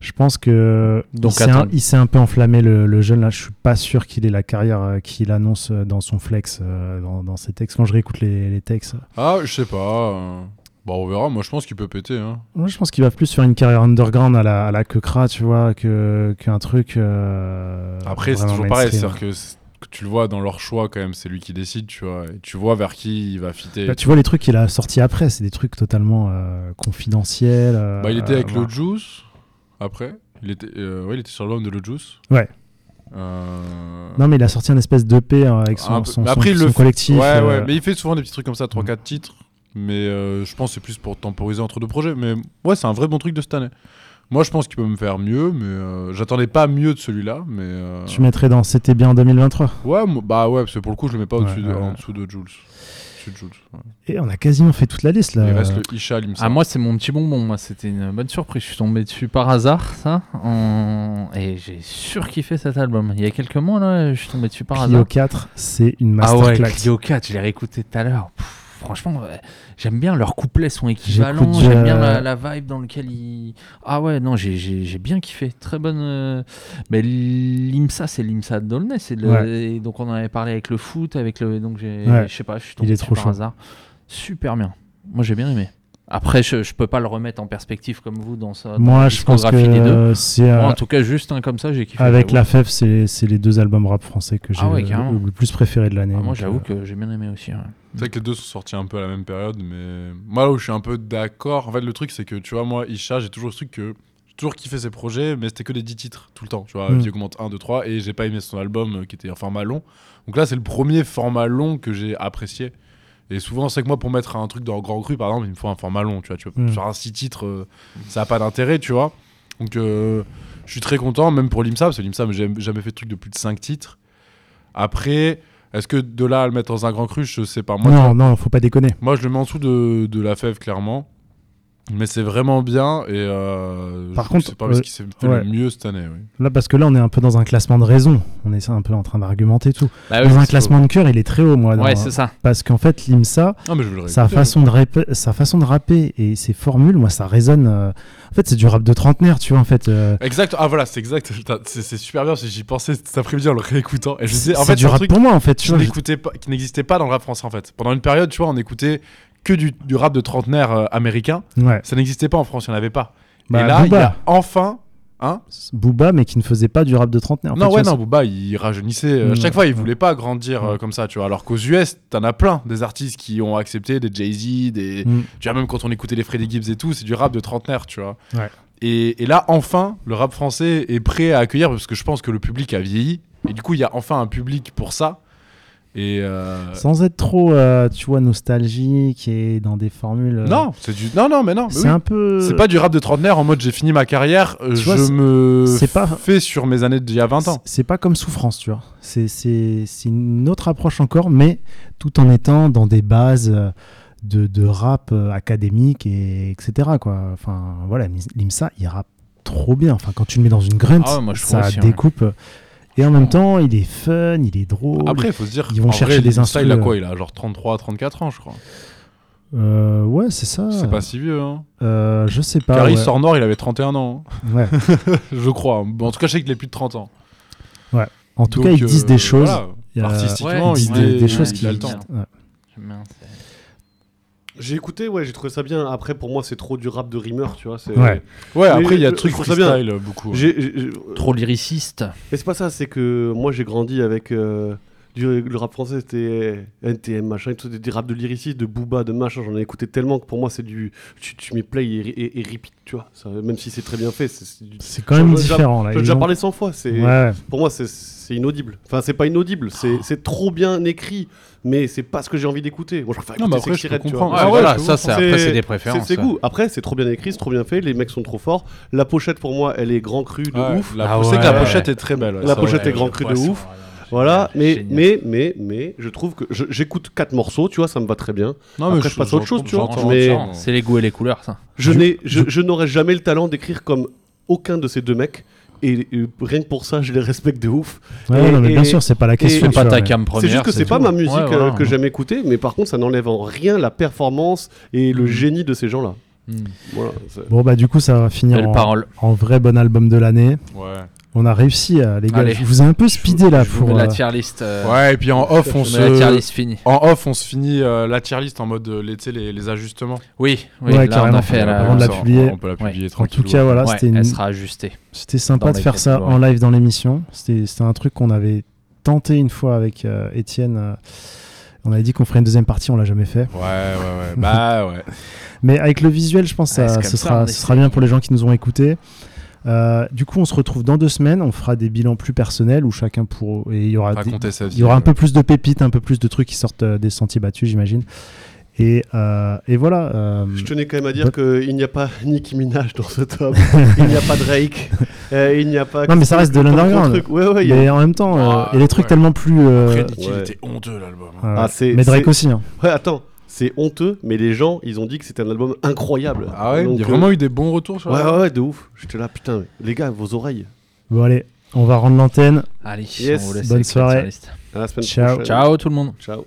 Speaker 1: je pense que euh,
Speaker 4: Donc,
Speaker 1: il s'est un-
Speaker 4: attends.
Speaker 1: il s'est un, peu enflammé le, le jeune là. Je suis pas sûr qu'il ait la carrière euh, qu'il annonce euh, dans son flex, euh, dans, dans ses textes. Quand je réécoute les, les textes.
Speaker 3: Ah, je sais pas. euh, Bon, on verra. Moi, je pense qu'il peut péter. hein.
Speaker 1: Moi, je pense qu'il va plus faire une carrière underground à la, à la quecra, tu vois, que- qu'un truc. euh,
Speaker 3: Après, c'est
Speaker 1: vraiment
Speaker 3: toujours pareil.
Speaker 1: mainstream.
Speaker 3: C'est-à-dire que, c'est- que tu le vois dans leur choix, quand même. C'est lui qui décide, tu vois. Et tu vois vers qui il va fitter.
Speaker 1: Bah, tu vois, les trucs qu'il a sortis après, c'est des trucs totalement euh, confidentiels. euh,
Speaker 3: Bah, il était avec le
Speaker 1: voilà.
Speaker 3: Juice après. Il était, euh, ouais, il était sur l'album de le Juice.
Speaker 1: Ouais.
Speaker 3: Euh,
Speaker 1: Non, mais il a sorti un espèce d'EP hein, avec
Speaker 3: Un
Speaker 1: son,
Speaker 3: peu-
Speaker 1: son-
Speaker 3: mais après,
Speaker 1: son-
Speaker 3: il
Speaker 1: son
Speaker 3: le fait-
Speaker 1: collectif.
Speaker 3: ouais,
Speaker 1: euh,
Speaker 3: ouais. Mais il fait souvent des petits trucs comme ça,
Speaker 4: Mm.
Speaker 3: 3-4 titres. Mais euh, je pense que c'est plus pour temporiser entre deux projets. Mais ouais, c'est un vrai bon truc de cette année. Moi, je pense qu'il peut me faire mieux, mais euh, j'attendais pas mieux de celui-là. Mais euh,
Speaker 1: Tu mettrais dans C'était bien en 2023.
Speaker 3: ouais, moi- bah ouais, parce que pour le coup, je le mets pas au-dessus
Speaker 1: Ouais,
Speaker 3: de,
Speaker 1: ouais.
Speaker 3: en dessous de Jules. Au-dessus de Jules, ouais.
Speaker 1: Et on a quasiment fait toute la liste là.
Speaker 3: Il reste le Isha, il me
Speaker 4: Ah,
Speaker 3: semble.
Speaker 4: moi, c'est mon petit bonbon. Moi, c'était une bonne surprise. Je suis tombé dessus par hasard, ça. en- Et j'ai surkiffé cet album. Il y a quelques mois, là, je suis tombé dessus par
Speaker 1: Clio
Speaker 4: hasard.
Speaker 1: 4, c'est une
Speaker 4: Ah ouais,
Speaker 1: masterclass.
Speaker 4: Clio 4, je l'ai réécouté tout à l'heure. Pff, Franchement, ouais, j'aime bien leurs couplets sont équivalents.
Speaker 1: J'écoute,
Speaker 4: J'aime
Speaker 1: euh,
Speaker 4: bien la, la vibe dans laquelle ils. Ah ouais, non, j'ai- j'ai j'ai bien kiffé. Très bonne. euh, Mais l'IMSA, c'est l'IMSA de Dolnay. c'est le-
Speaker 1: Ouais.
Speaker 4: et Donc on en avait parlé avec le foot, avec le. Donc j'ai.
Speaker 1: Ouais.
Speaker 4: Je sais pas, je suis
Speaker 1: Il
Speaker 4: tombé
Speaker 1: est
Speaker 4: dessus
Speaker 1: trop
Speaker 4: par
Speaker 1: chaud.
Speaker 4: hasard. Super bien. Moi j'ai bien aimé. Après, je, je peux pas le remettre en perspective comme vous dans sa dans la
Speaker 1: Moi, je pense
Speaker 4: discographie des deux.
Speaker 1: que c'est euh,
Speaker 4: Moi, en tout cas, juste hein, comme ça, j'ai kiffé.
Speaker 1: avec
Speaker 4: j'avoue.
Speaker 1: la FEF, c'est c'est les deux albums rap français que j'ai
Speaker 4: Ah ouais,
Speaker 1: le-
Speaker 4: carrément.
Speaker 1: le plus préféré de l'année.
Speaker 4: Ah, moi,
Speaker 1: donc,
Speaker 4: j'avoue
Speaker 1: euh,
Speaker 4: que j'ai bien aimé aussi. ouais.
Speaker 3: C'est vrai que les deux sont sortis un peu à la même période, mais moi là où je suis un peu d'accord, en fait le truc c'est que tu vois, moi Isha, j'ai toujours ce truc que j'ai toujours kiffé ses projets, mais c'était que des 10 titres tout le temps, tu vois,
Speaker 1: Mm.
Speaker 3: qui augmente 1, 2, 3, et j'ai pas aimé son album euh, qui était un format long. Donc là c'est le premier format long que j'ai apprécié. Et souvent c'est que moi pour mettre un truc dans Grand Cru par exemple, il me faut un format long, tu vois, tu vois,
Speaker 1: Mm.
Speaker 3: sur un 6 titres, euh, ça a pas d'intérêt, tu vois. Donc euh, je suis très content, même pour l'IMSA, parce que l'IMSA, j'ai jamais fait de truc de plus de 5 titres. Après, est-ce que de là à le mettre dans un grand cru, je sais pas. Moi, tu vois,
Speaker 1: euh, Non, non, faut pas déconner.
Speaker 3: moi, je le mets en dessous de, de la fève, clairement. Mais c'est vraiment bien. Et euh,
Speaker 1: Par
Speaker 3: je
Speaker 1: contre,
Speaker 3: sais pas ce
Speaker 1: ouais,
Speaker 3: qui s'est fait le
Speaker 1: ouais.
Speaker 3: mieux cette année. oui.
Speaker 1: Là, parce que là, on est un peu dans un classement de raison. On est un peu en train d'argumenter tout.
Speaker 4: Bah, oui,
Speaker 1: Dans un
Speaker 4: c'est-
Speaker 1: classement de cœur, il est très haut, moi. dans-
Speaker 4: Ouais, c'est ça. euh,
Speaker 1: parce qu'en fait, l'IMSA,
Speaker 3: Ah, mais je veux le
Speaker 1: sa
Speaker 3: réécouter.
Speaker 1: façon, de rap- sa façon de rapper et ses formules, moi, ça résonne. euh, En fait, c'est du rap de trentenaire, tu vois. En fait, euh,
Speaker 3: Exact. Ah, voilà, c'est exact. Putain, C'est c'est super bien parce que j'y pensais cet après-midi en le réécoutant. Et je me disais,
Speaker 1: c'est
Speaker 3: en fait,
Speaker 1: du
Speaker 3: c'est un
Speaker 1: rap
Speaker 3: truc
Speaker 1: pour moi, en fait. Tu
Speaker 3: qui
Speaker 1: vois, je-
Speaker 3: n'écoutait pas- qui n'existait pas dans le rap français en fait. Pendant une période, tu vois, on écoutait que du, du rap de trentenaire euh, américain.
Speaker 1: Ouais.
Speaker 3: Ça n'existait pas en France, il n'y en avait pas.
Speaker 1: Bah,
Speaker 3: et là, il y
Speaker 1: Booba.
Speaker 3: a enfin. Hein
Speaker 1: Booba, mais qui ne faisait pas du rap de trentenaire. En
Speaker 3: non,
Speaker 1: fait,
Speaker 3: ouais,
Speaker 1: tu vois, Mm.
Speaker 3: non, Booba, il rajeunissait. euh, à
Speaker 1: Ouais,
Speaker 3: chaque fois, il
Speaker 1: ouais.
Speaker 3: voulait pas grandir euh,
Speaker 1: Ouais.
Speaker 3: comme ça, tu vois. Alors qu'aux US, t'en as plein des artistes qui ont accepté, des Jay-Z, des.
Speaker 1: Mm.
Speaker 3: Tu vois, même quand on écoutait les Freddy Gibbs et tout, c'est du rap de trentenaire, tu vois.
Speaker 1: Ouais.
Speaker 3: Et, et là, enfin, le rap français est prêt à accueillir parce que je pense que le public a vieilli. Et du coup, il y a enfin un public pour ça. Et. euh,
Speaker 1: Sans être trop, euh, tu vois, nostalgique et dans des formules. euh,
Speaker 3: Non, c'est du. Non, non, mais non. mais
Speaker 1: c'est
Speaker 3: oui.
Speaker 1: un peu.
Speaker 3: C'est pas du rap de trentenaire en mode j'ai fini ma carrière, euh,
Speaker 1: Tu vois,
Speaker 3: je
Speaker 1: c'est-
Speaker 3: me
Speaker 1: c'est pas-
Speaker 3: fais sur mes années d'il y a 20 ans.
Speaker 1: C'est- C'est pas comme souffrance, tu vois. C'est- C'est c'est une autre approche encore, mais tout en étant dans des bases euh, de, de rap euh, académique et etc. Quoi. Enfin, voilà, Mis- l'IMSA, il rappe trop bien. Enfin, quand tu le mets dans une grunt,
Speaker 4: Ah ouais, moi, je trouve
Speaker 1: ça
Speaker 3: hein.
Speaker 4: aussi, ouais.
Speaker 1: découpe. Et en même temps, il est fun, il est drôle.
Speaker 3: Après, il faut se dire.
Speaker 1: Ils vont
Speaker 3: en
Speaker 1: chercher
Speaker 3: vrai,
Speaker 1: des euh. Ah.
Speaker 3: Lisa, Il a
Speaker 1: instrus,
Speaker 3: quoi Il a genre 33, 34 ans, je crois.
Speaker 1: Euh, ouais, c'est ça.
Speaker 3: C'est pas si vieux. Hein.
Speaker 1: Euh, je sais pas.
Speaker 3: Car il
Speaker 1: ouais.
Speaker 3: sort nord, il avait 31 ans, hein.
Speaker 1: Ouais.
Speaker 3: je crois. Bon, en tout cas, je sais qu'il est plus de 30 ans. euh,
Speaker 1: En tout cas, ils disent des choses. Il y a-
Speaker 3: Artistiquement,
Speaker 4: Ouais,
Speaker 1: ils
Speaker 3: il,
Speaker 1: disent
Speaker 4: ouais,
Speaker 1: des,
Speaker 3: est-
Speaker 1: des
Speaker 4: ouais,
Speaker 1: choses
Speaker 3: il
Speaker 1: qui.
Speaker 3: a le temps.
Speaker 1: ouais.
Speaker 4: J'aime bien, c'est-
Speaker 2: J'ai écouté, ouais, j'ai trouvé ça bien. Après, pour moi, c'est trop du rap de rimeur, tu vois. c'est-
Speaker 1: Ouais.
Speaker 3: Ouais,
Speaker 2: Mais
Speaker 3: après, il y a
Speaker 2: je-
Speaker 3: truc
Speaker 2: je trouve ça bien.
Speaker 3: freestyle euh, beaucoup. ouais.
Speaker 2: J'ai- j'ai-
Speaker 4: Trop lyriciste.
Speaker 2: Mais c'est pas ça, c'est que moi j'ai grandi avec euh, du, le rap français, c'était NTM, machin, et tout, des, des raps de lyriciste, de Booba, de machin, j'en ai écouté tellement que pour moi c'est du. Tu, tu mets play et, et- et repeat, tu vois, ça- même si c'est très bien fait. c'est- c'est du-
Speaker 1: C'est quand même
Speaker 2: J'en ai déjà-
Speaker 1: différent. là.
Speaker 2: J'en ai
Speaker 1: Ils
Speaker 2: déjà
Speaker 1: ont-
Speaker 2: parlé 100 fois, c'est,
Speaker 1: Ouais, ouais.
Speaker 2: pour moi c'est, c'est inaudible. Enfin, c'est pas inaudible, c'est, c'est trop bien écrit, mais c'est pas ce que j'ai envie d'écouter. Moi je préfère
Speaker 3: Non,
Speaker 2: écouter
Speaker 3: mais après,
Speaker 2: Sexy
Speaker 3: je peux
Speaker 2: Red, tu vois.
Speaker 3: comprendre.
Speaker 2: Ouais,
Speaker 3: Ah,
Speaker 2: voilà,
Speaker 3: je
Speaker 4: ça,
Speaker 3: comprends.
Speaker 4: c'est après, c'est des préférences.
Speaker 2: C'est ses
Speaker 4: ça.
Speaker 2: goûts. Après, c'est trop bien écrit, c'est trop bien fait. Les mecs sont trop forts. La pochette, pour moi, elle est grand cru de
Speaker 3: Ouais,
Speaker 2: ouf.
Speaker 3: La,
Speaker 4: Ah
Speaker 3: je sais que la
Speaker 4: ouais.
Speaker 3: pochette est très belle. ouais,
Speaker 2: La
Speaker 3: ça,
Speaker 2: pochette
Speaker 3: ouais.
Speaker 2: est grand cru de
Speaker 4: Poisson,
Speaker 2: ouf.
Speaker 4: voilà, génial,
Speaker 2: Voilà, mais,
Speaker 4: génial.
Speaker 2: mais, mais, mais, je trouve que je- j'écoute quatre morceaux, tu vois, ça me va très bien.
Speaker 3: Non, mais
Speaker 2: Après, je passe à autre chose, tu vois,
Speaker 3: j'entends,
Speaker 2: mais-
Speaker 3: j'entends.
Speaker 4: C'est les goûts et les couleurs, ça.
Speaker 2: Je
Speaker 1: Je-
Speaker 2: n'ai, je, je n'aurais jamais le talent d'écrire comme aucun de ces deux mecs, et, et rien que pour ça, je les respecte de ouf.
Speaker 1: Ouais,
Speaker 2: Et-
Speaker 1: non, mais bien
Speaker 2: et-
Speaker 1: sûr, c'est pas la question.
Speaker 2: C'est
Speaker 4: C'est
Speaker 1: tu
Speaker 4: pas
Speaker 1: vois,
Speaker 4: ta
Speaker 1: mais-
Speaker 4: cam première.
Speaker 2: c'est juste que c'est pas
Speaker 4: tout. hein.
Speaker 2: ma musique
Speaker 4: Ouais,
Speaker 2: euh,
Speaker 4: voilà.
Speaker 2: que j'aime écouter, mais par contre, ça n'enlève en rien la performance et le génie de ces gens-là.
Speaker 4: Mm.
Speaker 2: Voilà, c'est-
Speaker 1: Bon, bah, du coup, ça va finir
Speaker 4: Belle
Speaker 1: en,
Speaker 4: parole.
Speaker 1: en vrai bon album de l'année.
Speaker 3: Ouais.
Speaker 1: On a réussi, euh, les gars.
Speaker 4: Allez.
Speaker 1: Je vous ai un peu speedé là
Speaker 4: Je vous
Speaker 1: pour.
Speaker 4: mets
Speaker 1: euh,
Speaker 4: la tier list. euh,
Speaker 3: Ouais, et puis en off,
Speaker 4: je
Speaker 3: on
Speaker 4: vous mets La tier
Speaker 3: se.
Speaker 4: list finie.
Speaker 3: En off, on se finit euh, la tier list en mode euh, les, tu sais, les, les ajustements.
Speaker 4: Oui,
Speaker 1: Ouais,
Speaker 4: oui, là, on
Speaker 1: carrément.
Speaker 4: a fait la-
Speaker 1: Avant de la
Speaker 3: Ça, on-
Speaker 1: publier.
Speaker 3: On peut la
Speaker 4: Ouais.
Speaker 3: publier hein.
Speaker 1: en
Speaker 3: tranquille.
Speaker 1: tout cas, voilà,
Speaker 4: Ouais,
Speaker 1: c'était une-
Speaker 4: elle sera ajustée.
Speaker 1: c'était sympa
Speaker 4: dans
Speaker 1: de
Speaker 4: les
Speaker 1: faire ça
Speaker 4: capsules,
Speaker 1: en live dans l'émission. C'était c'était un truc qu'on avait tenté une fois avec euh, Étienne. euh, on avait dit qu'on ferait une deuxième partie, on l'a jamais fait.
Speaker 3: Ouais, ouais, ouais. Bah ouais.
Speaker 1: Mais avec le visuel, je pense que
Speaker 4: Ouais,
Speaker 1: ça-
Speaker 4: c'est
Speaker 1: ce,
Speaker 4: comme ça,
Speaker 1: sera,
Speaker 4: on
Speaker 1: ce sera
Speaker 4: essaie.
Speaker 1: bien pour les gens qui nous ont écoutés. Euh, du coup, on se retrouve dans deux semaines. On fera des bilans plus personnels où chacun pour et il y aura des-
Speaker 3: Raconter sa vie.
Speaker 1: Il y aura un
Speaker 3: ouais.
Speaker 1: peu plus de pépites, un peu plus de trucs qui sortent euh, des sentiers battus, j'imagine. Et, euh, et voilà. euh,
Speaker 2: Je tenais quand même à
Speaker 4: Bah
Speaker 2: dire qu'il n'y a pas Nicki Minaj dans ce top, il n'y a pas Drake, euh, il n'y a pas.
Speaker 1: Non, mais ça reste de
Speaker 2: plein d'autres
Speaker 1: l'underground.
Speaker 2: trucs. Ouais, ouais, il y a-
Speaker 1: mais en même temps, euh,
Speaker 3: Ah,
Speaker 1: il y a des trucs
Speaker 3: ouais.
Speaker 1: tellement plus. euh,
Speaker 3: Après, Nicki, il
Speaker 2: ouais.
Speaker 3: était honteux l'album. hein.
Speaker 1: ouais.
Speaker 2: Ah, c'est-
Speaker 1: mais Drake
Speaker 2: c'est-
Speaker 1: aussi. hein.
Speaker 2: Ouais, attends, c'est honteux, mais les gens, ils ont dit que c'était un album incroyable.
Speaker 3: Ah ouais, il
Speaker 2: Donc,
Speaker 3: y a
Speaker 2: euh,
Speaker 3: vraiment eu des bons retours sur
Speaker 2: Ouais,
Speaker 3: l'album.
Speaker 2: ouais, ouais, de ouf. J'étais là, putain, les gars, vos oreilles.
Speaker 1: Bon, allez, on va rendre l'antenne.
Speaker 4: Allez,
Speaker 2: Yes.
Speaker 4: on vous laisse
Speaker 1: Bonne
Speaker 4: avec la tier
Speaker 1: soirée.
Speaker 4: list.
Speaker 2: À la semaine
Speaker 1: Ciao.
Speaker 2: prochaine.
Speaker 4: Ciao tout le monde.
Speaker 2: Ciao.